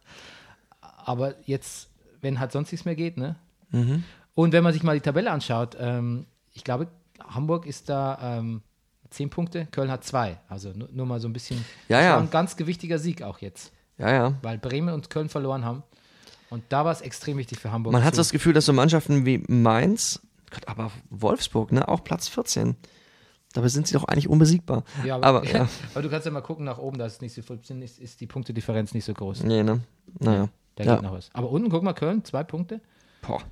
Speaker 1: Aber jetzt, wenn halt sonst nichts mehr geht, ne?
Speaker 2: Mhm.
Speaker 1: Und wenn man sich mal die Tabelle anschaut, ähm, ich glaube, Hamburg ist da ähm, 10 Punkte, Köln hat zwei. Also nur, nur mal so ein bisschen
Speaker 2: Ja, ja.
Speaker 1: war ein ganz gewichtiger Sieg auch jetzt,
Speaker 2: ja, ja.
Speaker 1: weil Bremen und Köln verloren haben. Und da war es extrem wichtig für Hamburg.
Speaker 2: Man hat
Speaker 1: zu-
Speaker 2: so das Gefühl, dass so Mannschaften wie Mainz, Gott, aber Wolfsburg, ne, auch Platz 14. Dabei sind sie doch eigentlich unbesiegbar.
Speaker 1: Ja, aber,
Speaker 2: aber ja.
Speaker 1: aber du kannst ja mal gucken nach oben, da ist nicht so viel, ist, ist die Punktedifferenz nicht so groß.
Speaker 2: Nee, ne? Naja.
Speaker 1: Da
Speaker 2: ja.
Speaker 1: geht noch was. Aber unten, guck mal, Köln, zwei Punkte.
Speaker 2: Boah.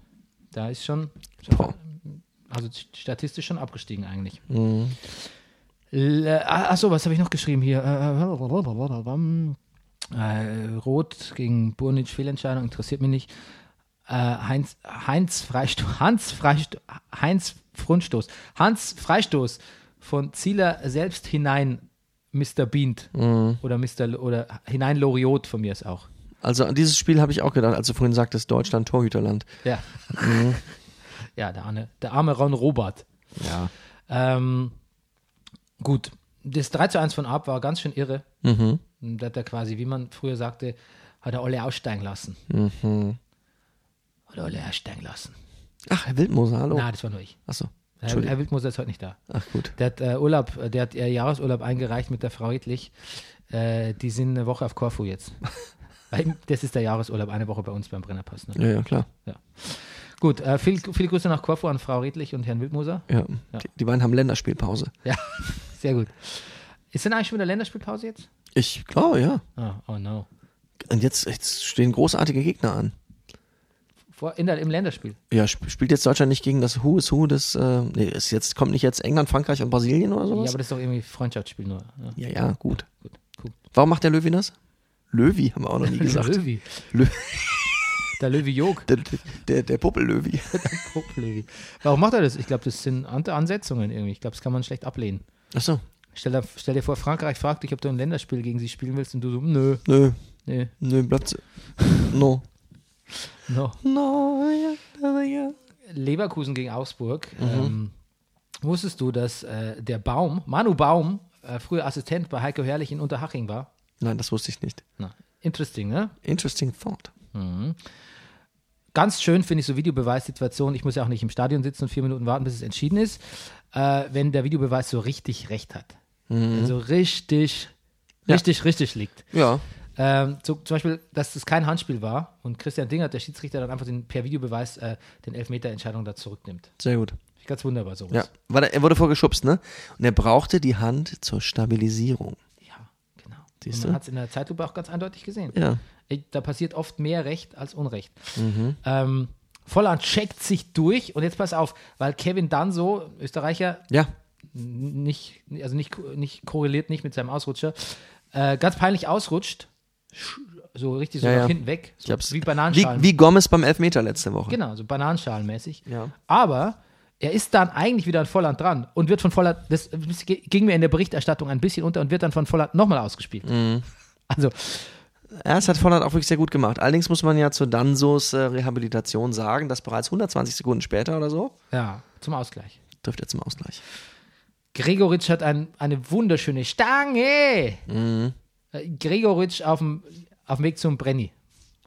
Speaker 1: Da ist schon,
Speaker 2: Boah. Mhm.
Speaker 1: also statistisch schon abgestiegen eigentlich. Achso, was habe ich noch geschrieben hier? Äh, äh, Rot gegen Burnic, Fehlentscheidung, interessiert mich nicht. Äh, Heinz, Heinz Freistoß, Hans Freistoß, Heinz Grundstoß, Hans Freistoß von Zieler selbst hinein, Mr. Beant
Speaker 2: Mhm.
Speaker 1: oder Mr. L- oder hinein Loriot von mir ist auch.
Speaker 2: Also an dieses Spiel habe ich auch gedacht, als du vorhin sagtest, Deutschland Torhüterland.
Speaker 1: Ja.
Speaker 2: Mhm.
Speaker 1: Ja, der, Arne, der arme Ron Robert.
Speaker 2: Ja.
Speaker 1: Ähm, gut, das 3 zu 1 von Ab war ganz schön irre.
Speaker 2: Mhm.
Speaker 1: Da hat er quasi, wie man früher sagte, hat er alle aussteigen lassen.
Speaker 2: Mhm.
Speaker 1: Hat er alle aussteigen lassen.
Speaker 2: Ach, Herr Wildmoser, hallo.
Speaker 1: Nein, das war nur ich.
Speaker 2: Achso,
Speaker 1: Herr,
Speaker 2: Entschuldigung.
Speaker 1: Herr Wildmoser ist heute nicht da.
Speaker 2: Ach gut.
Speaker 1: Der hat äh, Urlaub, äh, der hat ihr Jahresurlaub eingereicht mit der Frau Edlich. Äh, die sind eine Woche auf Korfu jetzt. Weil das ist der Jahresurlaub, eine Woche bei uns beim Brennerpass. Ne?
Speaker 2: Ja, ja, klar.
Speaker 1: Gut, äh, viel, viele Grüße nach Korfu an Frau Redlich und Herrn Wildmoser.
Speaker 2: Ja. Die, die beiden haben Länderspielpause.
Speaker 1: Ja, sehr gut. Ist denn eigentlich schon wieder Länderspielpause jetzt?
Speaker 2: Ich glaube, ja.
Speaker 1: Oh, oh no.
Speaker 2: Und jetzt, jetzt stehen großartige Gegner an.
Speaker 1: Vor, in der, Im Länderspiel.
Speaker 2: Ja, sp- spielt jetzt Deutschland nicht gegen das Who is Who des, äh, nee, ist jetzt, kommt nicht jetzt England, Frankreich und Brasilien oder
Speaker 1: Ja,
Speaker 2: sowas?
Speaker 1: aber das ist doch irgendwie Freundschaftsspiel nur. Ja,
Speaker 2: Ja, ja, gut.
Speaker 1: gut, cool.
Speaker 2: Warum macht der Löwi das? Löwi, haben wir auch noch nie gesagt.
Speaker 1: Löwi.
Speaker 2: Lö-
Speaker 1: Der Löwi Jog.
Speaker 2: der der, der Puppel-Löwi.
Speaker 1: Löwi. Warum macht er das? Ich glaube, das sind andere Ansetzungen irgendwie. Ich glaube, das kann man schlecht ablehnen.
Speaker 2: Achso,
Speaker 1: Stell dir, stell dir vor, Frankreich fragt dich, ob du ein Länderspiel gegen sie spielen willst und du so, nö,
Speaker 2: nö,
Speaker 1: nö,
Speaker 2: nö, bleibt No.
Speaker 1: no.
Speaker 2: No, ja, ja.
Speaker 1: Leverkusen gegen Augsburg. Ähm, wusstest du, dass äh, der Baum, Manu Baum, äh, früher Assistent bei Heiko Herrlich in Unterhaching war?
Speaker 2: Nein, das wusste ich nicht.
Speaker 1: Na, interesting, ne?
Speaker 2: Interesting thought.
Speaker 1: Ganz schön finde ich so Videobeweissituationen. Ich muss ja auch nicht im Stadion sitzen und vier Minuten warten, bis es entschieden ist, äh, wenn der Videobeweis so richtig recht hat. Also richtig, richtig, richtig liegt.
Speaker 2: Ja.
Speaker 1: Ähm, so, zum Beispiel, dass das kein Handspiel war und Christian Dingert, der Schiedsrichter, dann einfach den, per Videobeweis äh, den Elfmeter-Entscheidung da zurücknimmt.
Speaker 2: Sehr gut.
Speaker 1: Finde ich ganz wunderbar sowas.
Speaker 2: Ja. Weil er, er wurde vorgeschubst, ne? Und er brauchte die Hand zur Stabilisierung.
Speaker 1: Ja, genau.
Speaker 2: Siehst
Speaker 1: und man
Speaker 2: du?
Speaker 1: hat es in der Zeitlupe auch ganz eindeutig gesehen.
Speaker 2: Ja. Mhm.
Speaker 1: Ey, Da passiert oft mehr Recht als Unrecht. Ähm, Volland checkt sich durch und jetzt pass auf, weil Kevin Danso, Österreicher,
Speaker 2: Ja.
Speaker 1: n- nicht, also nicht, ko- nicht korreliert nicht mit seinem Ausrutscher, äh, ganz peinlich ausrutscht, sch- so richtig so
Speaker 2: Ja,
Speaker 1: nach
Speaker 2: ja.
Speaker 1: hinten weg, so
Speaker 2: hab's-
Speaker 1: wie
Speaker 2: wie,
Speaker 1: Bananenschalen.
Speaker 2: wie Gomez beim Elfmeter letzte Woche.
Speaker 1: Genau, so Bananenschalenmäßig.
Speaker 2: Ja.
Speaker 1: Aber er ist dann eigentlich wieder an Volland dran und wird von Volland, das ging mir in der Berichterstattung ein bisschen unter und wird dann von Volland nochmal ausgespielt.
Speaker 2: Mhm.
Speaker 1: Also,
Speaker 2: Ja, das hat Volland auch wirklich sehr gut gemacht. Allerdings muss man ja zu Dansos äh, Rehabilitation sagen, dass bereits 120 Sekunden später oder so
Speaker 1: ja, zum Ausgleich.
Speaker 2: trifft er zum Ausgleich.
Speaker 1: Gregoritsch hat ein, eine wunderschöne Stange.
Speaker 2: Mhm.
Speaker 1: Äh, Gregoritsch auf dem, auf dem Weg zum Brenny,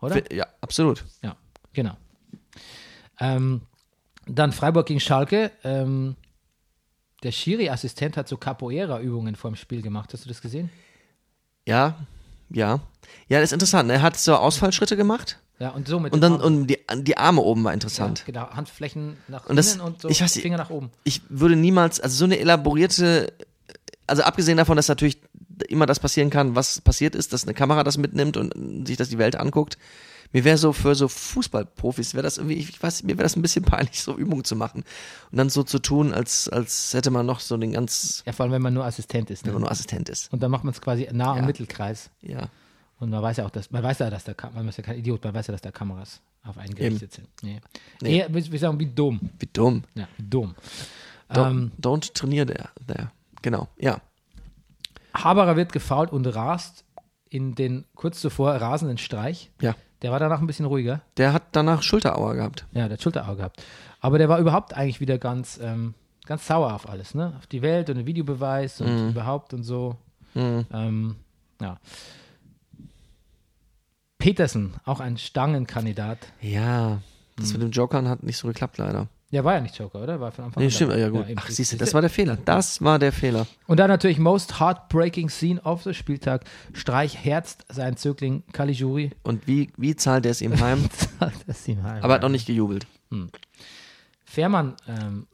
Speaker 1: oder?
Speaker 2: Fe- Ja, absolut.
Speaker 1: ja, genau. Ähm, dann Freiburg gegen Schalke. Ähm, der Schiri-Assistent hat so Capoeira-Übungen vor dem Spiel gemacht. Hast du das gesehen?
Speaker 2: Ja, ja. Ja, das ist interessant. ne? Er hat so Ausfallschritte gemacht
Speaker 1: Ja, und so mit
Speaker 2: und
Speaker 1: den
Speaker 2: dann
Speaker 1: Armen.
Speaker 2: und die, die Arme oben war interessant.
Speaker 1: Ja, genau, Handflächen nach
Speaker 2: Und das-
Speaker 1: innen und so
Speaker 2: ich weiß nicht-
Speaker 1: Finger nach oben.
Speaker 2: Ich würde niemals, also so eine elaborierte, also abgesehen davon, dass natürlich immer das passieren kann, was passiert ist, dass eine Kamera das mitnimmt und sich das die Welt anguckt. Mir wäre so für so Fußballprofis, wäre das irgendwie, ich ich weiß, mir wäre das ein bisschen peinlich, so Übungen zu machen. Und dann so zu tun, als, als hätte man noch so den ganz,
Speaker 1: Ja, vor allem, wenn man nur Assistent ist.
Speaker 2: wenn
Speaker 1: Ne?
Speaker 2: man nur Assistent ist.
Speaker 1: Und dann macht man es quasi nah am
Speaker 2: Ja.
Speaker 1: Mittelkreis.
Speaker 2: Ja.
Speaker 1: Und man weiß ja auch, dass man weiß ja, dass da Ka- man ist ja kein Idiot, man weiß ja, dass da Kameras auf einen gerichtet sind. Nee. Eher, wir sagen, wie dumm.
Speaker 2: Wie dumm.
Speaker 1: Ja, wie dumm.
Speaker 2: Don't,
Speaker 1: Ähm.
Speaker 2: don't trainier there. there. Genau. Ja.
Speaker 1: Haberer wird gefault und rast in den kurz zuvor rasenden Streich.
Speaker 2: Ja.
Speaker 1: Der war danach ein bisschen ruhiger.
Speaker 2: Der hat danach Schulterauer gehabt.
Speaker 1: Ja, der hat Schulterauge gehabt. Aber der war überhaupt eigentlich wieder ganz, ähm, ganz sauer auf alles, ne? Auf die Welt und den Videobeweis
Speaker 2: Mhm.
Speaker 1: und überhaupt und so. Ähm, ja. Petersen, auch ein Stangenkandidat.
Speaker 2: Ja. Hm. Das mit dem Jokern hat nicht so geklappt, leider.
Speaker 1: Der war ja nicht Joker, oder? War von Anfang
Speaker 2: Nee,
Speaker 1: an.
Speaker 2: stimmt.
Speaker 1: dabei.
Speaker 2: Ja, gut.
Speaker 1: eben.
Speaker 2: Ach, siehst du, das war der Fehler. Das war der Fehler.
Speaker 1: Und dann natürlich Most Heartbreaking Scene auf the Spieltag. Streich herzt sein Zögling Caligiuri.
Speaker 2: Und wie, wie zahlt er es ihm heim?
Speaker 1: das ihm heim.
Speaker 2: Oh. Aber er hat noch nicht gejubelt.
Speaker 1: Fährmann, ähm,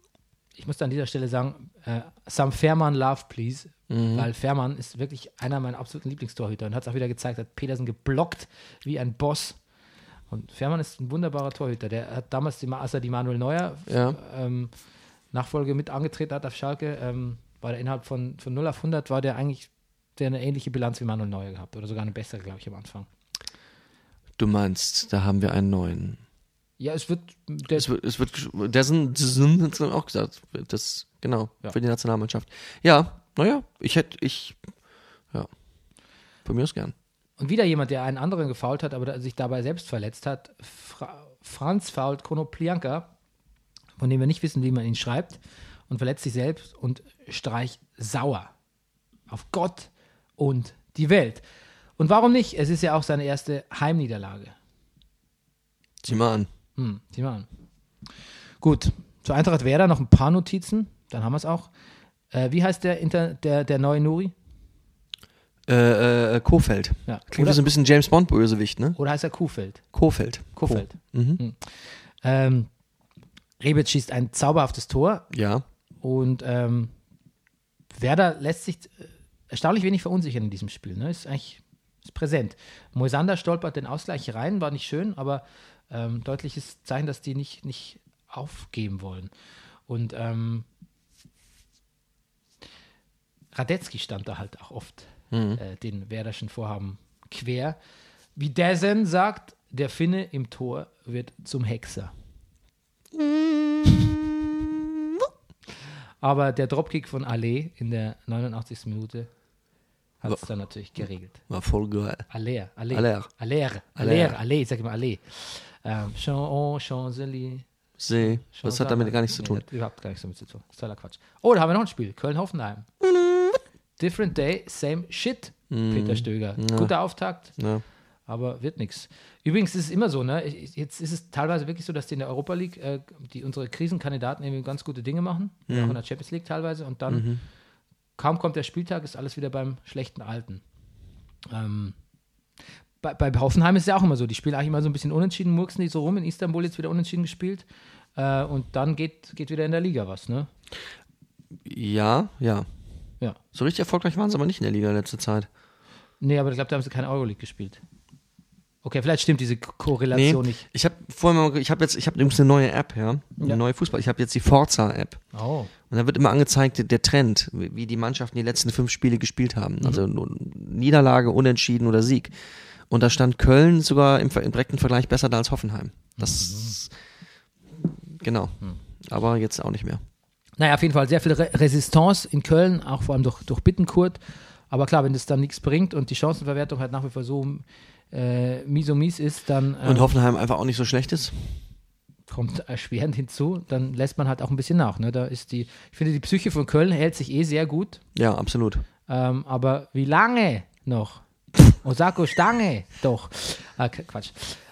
Speaker 1: ich muss an dieser Stelle sagen, äh, Sam Fährmann, love please, weil Fährmann ist wirklich einer meiner absoluten Lieblingstorhüter und hat es auch wieder gezeigt, hat Petersen geblockt wie ein Boss. Und Fährmann ist ein wunderbarer Torhüter. Der hat damals, die, Ma- als er die Manuel Neuer
Speaker 2: Ja.
Speaker 1: ähm, Nachfolge mit angetreten hat auf Schalke, ähm, war der innerhalb von, von 0 auf 100 war der eigentlich der eine ähnliche Bilanz wie Manuel Neuer gehabt oder sogar eine bessere, glaube ich, am Anfang.
Speaker 2: Du meinst, da haben wir einen neuen.
Speaker 1: Ja, es wird der
Speaker 2: Es wird, es wird, der sind, hat auch gesagt, das, genau,
Speaker 1: Ja.
Speaker 2: für die Nationalmannschaft. Ja, naja, ich hätte, ich, ja, von mir aus gern.
Speaker 1: und wieder jemand, der einen anderen gefault hat, aber da- sich dabei selbst verletzt hat. Fra Franz fault Konoplianka, von dem wir nicht wissen, wie man ihn schreibt, und verletzt sich selbst und Streich sauer auf Gott und die Welt. Und warum nicht? Es ist ja auch seine erste Heimniederlage.
Speaker 2: Zieh mal an.
Speaker 1: Hm, sieh mal an. Gut, zur Eintracht Werder noch ein paar Notizen, dann haben wir es auch. Äh, wie heißt der, Inter der, der neue Nuri?
Speaker 2: Äh, äh, Kofeld.
Speaker 1: Ja,
Speaker 2: Klingt
Speaker 1: oder?
Speaker 2: wie so ein bisschen James Bond Bösewicht, ne?
Speaker 1: Oder heißt er Kuhfeld?
Speaker 2: Kofeld.
Speaker 1: Kuhfeld. Hm. Ähm, Rebic schießt ein zauberhaftes Tor
Speaker 2: Ja.
Speaker 1: und ähm, Werder lässt sich äh, erstaunlich wenig verunsichern in diesem Spiel. Ne? Ist eigentlich ist präsent. Moisander stolpert den Ausgleich rein, war nicht schön, aber ähm, deutliches Zeichen, dass die nicht, nicht aufgeben wollen. Und ähm, Radetzky stand da halt auch oft äh, den Werderschen Vorhaben quer. Wie Dezen sagt, der Finne im Tor wird zum Hexer. Aber der Dropkick von Allee in der 89. Minute hat es dann natürlich geregelt.
Speaker 2: War voll geil.
Speaker 1: Aller, Aller,
Speaker 2: Aller.
Speaker 1: Aller, Aller, Aller, Aller, ich sag immer Aller. Ähm, Champs, Champs-Élysées.
Speaker 2: See, das hat damit gar nichts zu
Speaker 1: Nee,
Speaker 2: tun.
Speaker 1: hat überhaupt gar nichts damit zu tun. Das ist totaler Quatsch. Oh, da haben wir noch ein Spiel. Köln-Hoffenheim.
Speaker 2: Mhm.
Speaker 1: Different day, same shit. Peter Stöger. Guter Auftakt,
Speaker 2: Ja.
Speaker 1: aber wird nichts. Übrigens ist es immer so, ne? Ich- ich- Jetzt ist es teilweise wirklich so, dass die in der Europa League, äh, die unsere Krisenkandidaten eben ganz gute Dinge machen. Auch in der Champions League teilweise. Und dann
Speaker 2: Mhm.
Speaker 1: kaum kommt der Spieltag, ist alles wieder beim schlechten Alten. Ähm, bei, bei Hoffenheim ist es ja auch immer so, die spielen eigentlich immer so ein bisschen unentschieden, murksen die so rum, in Istanbul jetzt wieder unentschieden gespielt äh, und dann geht, geht wieder in der Liga was, ne?
Speaker 2: Ja, ja.
Speaker 1: Ja.
Speaker 2: So richtig erfolgreich waren sie aber nicht in der Liga letzte Zeit.
Speaker 1: Nee, aber ich glaube, da haben sie keine Euroleague gespielt. Okay, vielleicht stimmt diese K- Korrelation Also nicht.
Speaker 2: ich habe vorhin mal, ge- ich habe jetzt, ich habe übrigens eine neue App, ja, eine
Speaker 1: Ja.
Speaker 2: neue Fußball. Ich habe jetzt die Forza App
Speaker 1: Oh,
Speaker 2: und da wird immer angezeigt der Trend, wie wie die Mannschaften die letzten fünf Spiele gespielt
Speaker 1: Mhm.
Speaker 2: haben, also nur Niederlage, Unentschieden oder Sieg. Und da stand Köln sogar im, Ver- im direkten Vergleich besser da als Hoffenheim. Das
Speaker 1: Mhm.
Speaker 2: genau, aber jetzt auch nicht mehr.
Speaker 1: Naja, auf jeden Fall sehr viel Re Resistance in Köln, auch vor allem durch, durch Bittenkurt. Aber klar, wenn das dann nichts bringt und die Chancenverwertung halt nach wie vor so äh, mies um mies ist, dann äh,
Speaker 2: Und Hoffenheim einfach auch nicht so schlecht ist.
Speaker 1: kommt erschwerend hinzu, dann lässt man halt auch ein bisschen nach. Ne? Da ist die, ich finde, die Psyche von Köln hält sich eh sehr gut.
Speaker 2: Ja, absolut.
Speaker 1: Ähm, aber wie lange noch? Osako Stange, doch. Ah, Qu- Quatsch.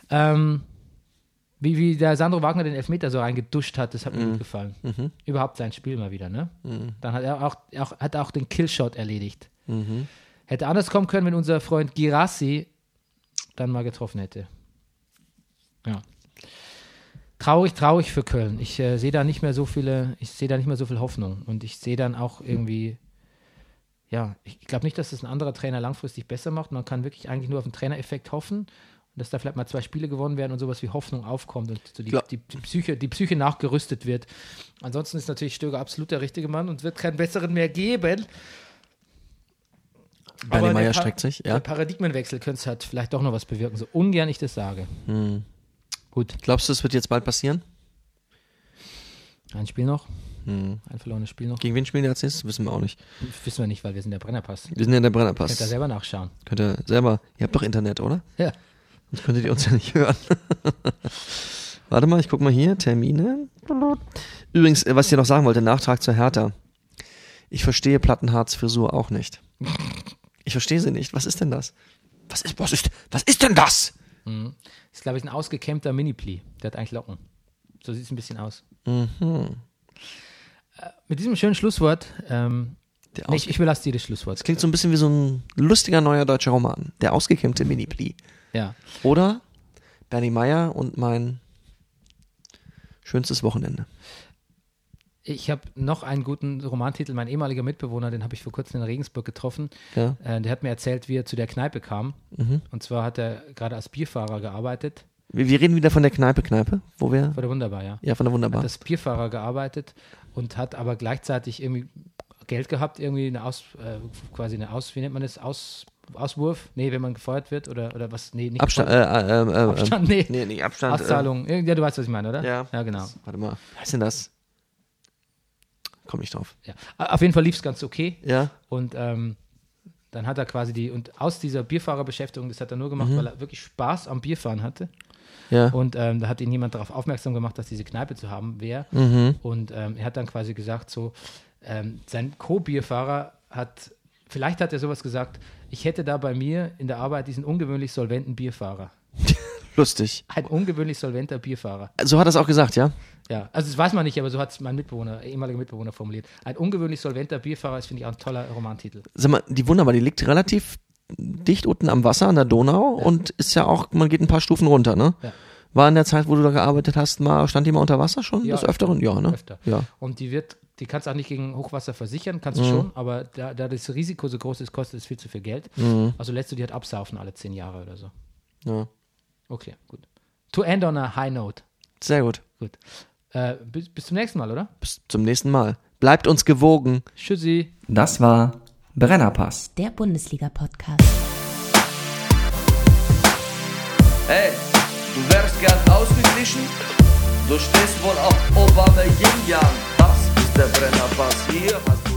Speaker 1: Ähm, wie, wie der Sandro Wagner den Elfmeter so reingeduscht hat, das hat mir gut gefallen. Überhaupt sein Spiel mal wieder, ne? Dann hat er auch, auch, hat er auch den Killshot erledigt. Hätte anders kommen können, wenn unser Freund Girassi dann mal getroffen hätte. Ja. Traurig, traurig für Köln. Ich äh, sehe da nicht mehr so viele, ich sehe da nicht mehr so viel Hoffnung. Und ich sehe dann auch irgendwie, ja, ich glaube nicht, dass das ein anderer Trainer langfristig besser macht. Man kann wirklich eigentlich nur auf den Trainereffekt hoffen und dass da vielleicht mal zwei Spiele gewonnen werden und sowas wie Hoffnung aufkommt und so die,
Speaker 2: Klar.
Speaker 1: die, die, Psyche, die Psyche nachgerüstet wird. Ansonsten ist natürlich Stöger absolut der richtige Mann und wird keinen besseren mehr geben.
Speaker 2: Bernie
Speaker 1: der
Speaker 2: Meyer
Speaker 1: Pa-
Speaker 2: streckt sich,
Speaker 1: Der
Speaker 2: ja.
Speaker 1: Äh, Paradigmenwechsel könnte halt vielleicht doch noch was bewirken, so ungern ich das sage.
Speaker 2: Hm.
Speaker 1: Gut,
Speaker 2: Glaubst du, es wird jetzt bald passieren?
Speaker 1: ein Spiel noch.
Speaker 2: Hm.
Speaker 1: Ein verlorenes Spiel noch.
Speaker 2: Gegen wen spielen die als nächstes? Wissen wir auch nicht.
Speaker 1: Wissen wir nicht, weil wir sind der Brennerpass.
Speaker 2: Wir sind ja in der
Speaker 1: Könnt ihr
Speaker 2: Brennerpass.
Speaker 1: selber nachschauen.
Speaker 2: Könnt ihr selber. Ihr habt doch Internet, oder?
Speaker 1: Ja.
Speaker 2: Sonst könntet ihr uns ja nicht hören. Warte mal, ich guck mal hier. Termine. Übrigens, äh, was ich dir noch sagen wollte, Nachtrag zur Hertha. Ich verstehe Plattenhards Frisur auch nicht. Ich verstehe sie nicht. Was ist denn das? Was ist, was ist, was ist denn das?
Speaker 1: Ist, glaube ich, ein ausgekämmter Mini-Pli. Der hat eigentlich Locken. So sieht es ein bisschen aus.
Speaker 2: Mhm.
Speaker 1: Äh, Mit diesem schönen Schlusswort, ähm,
Speaker 2: Der
Speaker 1: nee,
Speaker 2: Aus
Speaker 1: ich, ich belasse dir das Schlusswort.
Speaker 2: das klingt so ein bisschen wie so ein lustiger neuer deutscher Roman. Der ausgekämmte Mini-Pli.
Speaker 1: Ja.
Speaker 2: Oder Bernie Meyer und mein schönstes Wochenende.
Speaker 1: Ich habe noch einen guten Romantitel. Mein ehemaliger Mitbewohner, den habe ich vor kurzem in Regensburg getroffen.
Speaker 2: Ja. Mhm.
Speaker 1: Äh, der hat mir erzählt, wie er zu der Kneipe kam. Und zwar hat er gerade als Bierfahrer gearbeitet.
Speaker 2: Wir, wir reden wieder von der Kneipe, Kneipe, wo wir.
Speaker 1: War der wunderbar, ja.
Speaker 2: Ja, von der Wunderbar.
Speaker 1: Hat als Bierfahrer gearbeitet und hat aber gleichzeitig irgendwie Geld gehabt, irgendwie eine Aus, äh, quasi eine Aus, wie nennt man das? Aus, Auswurf? Nee, wenn man gefeuert wird oder, oder was? Nee, nicht
Speaker 2: Abstand, äh,
Speaker 1: gefeuert.
Speaker 2: äh, äh, äh,
Speaker 1: Abstand, nee.
Speaker 2: Nee, nicht Abstand.
Speaker 1: Auszahlung. Ja, du weißt, was ich meine, oder?
Speaker 2: Äh, ja.
Speaker 1: Ja, genau.
Speaker 2: Das, warte mal, was ist denn das? Komm nicht drauf.
Speaker 1: Ja. Auf jeden Fall lief es ganz okay.
Speaker 2: Ja?
Speaker 1: Und ähm, dann hat er quasi die, und aus dieser Bierfahrerbeschäftigung, das hat er nur gemacht, weil er wirklich Spaß am Bierfahren hatte.
Speaker 2: Ja.
Speaker 1: Und ähm, da hat ihn jemand darauf aufmerksam gemacht, dass diese Kneipe zu haben wäre. Und ähm, er hat dann quasi gesagt, so, ähm, sein Co-Bierfahrer hat, vielleicht hat er sowas gesagt, ich hätte da bei mir in der Arbeit diesen ungewöhnlich solventen Bierfahrer.
Speaker 2: Lustig.
Speaker 1: Ein ungewöhnlich solventer Bierfahrer.
Speaker 2: So hat er es auch gesagt, ja?
Speaker 1: Ja, also das weiß man nicht, aber so hat es mein Mitbewohner, ehemaliger Mitbewohner formuliert. Ein ungewöhnlich solventer Bierfahrer ist, finde ich, auch ein toller Romantitel.
Speaker 2: Sag mal, die Wunderbar, die liegt relativ dicht unten am Wasser, an der Donau und ist ja auch, man geht ein paar Stufen runter, ne?
Speaker 1: Ja.
Speaker 2: War in der Zeit, wo du da gearbeitet hast, mal, stand die mal unter Wasser schon?
Speaker 1: Ja,
Speaker 2: des Öfteren? Ja, ne?
Speaker 1: öfter.
Speaker 2: Ja. Mhm.
Speaker 1: Und die wird, die kannst du auch nicht gegen Hochwasser versichern, kannst du schon, aber da, da das Risiko so groß ist, kostet es viel zu viel Geld. Also lässt du die halt absaufen alle zehn Jahre oder so.
Speaker 2: Mhm. ja.
Speaker 1: Okay, gut. To end on a high note.
Speaker 2: Sehr gut.
Speaker 1: Gut. Äh, bis, bis zum nächsten Mal, oder?
Speaker 2: Bis zum nächsten Mal. Bleibt uns gewogen.
Speaker 1: Tschüssi.
Speaker 3: Das war Brennerpass.
Speaker 7: Der Bundesliga-Podcast.
Speaker 5: Ey, du wärst gern ausgeglichen? Du stehst wohl auf Obama Yin Yang. Das ist der Brennerpass. Hier hast du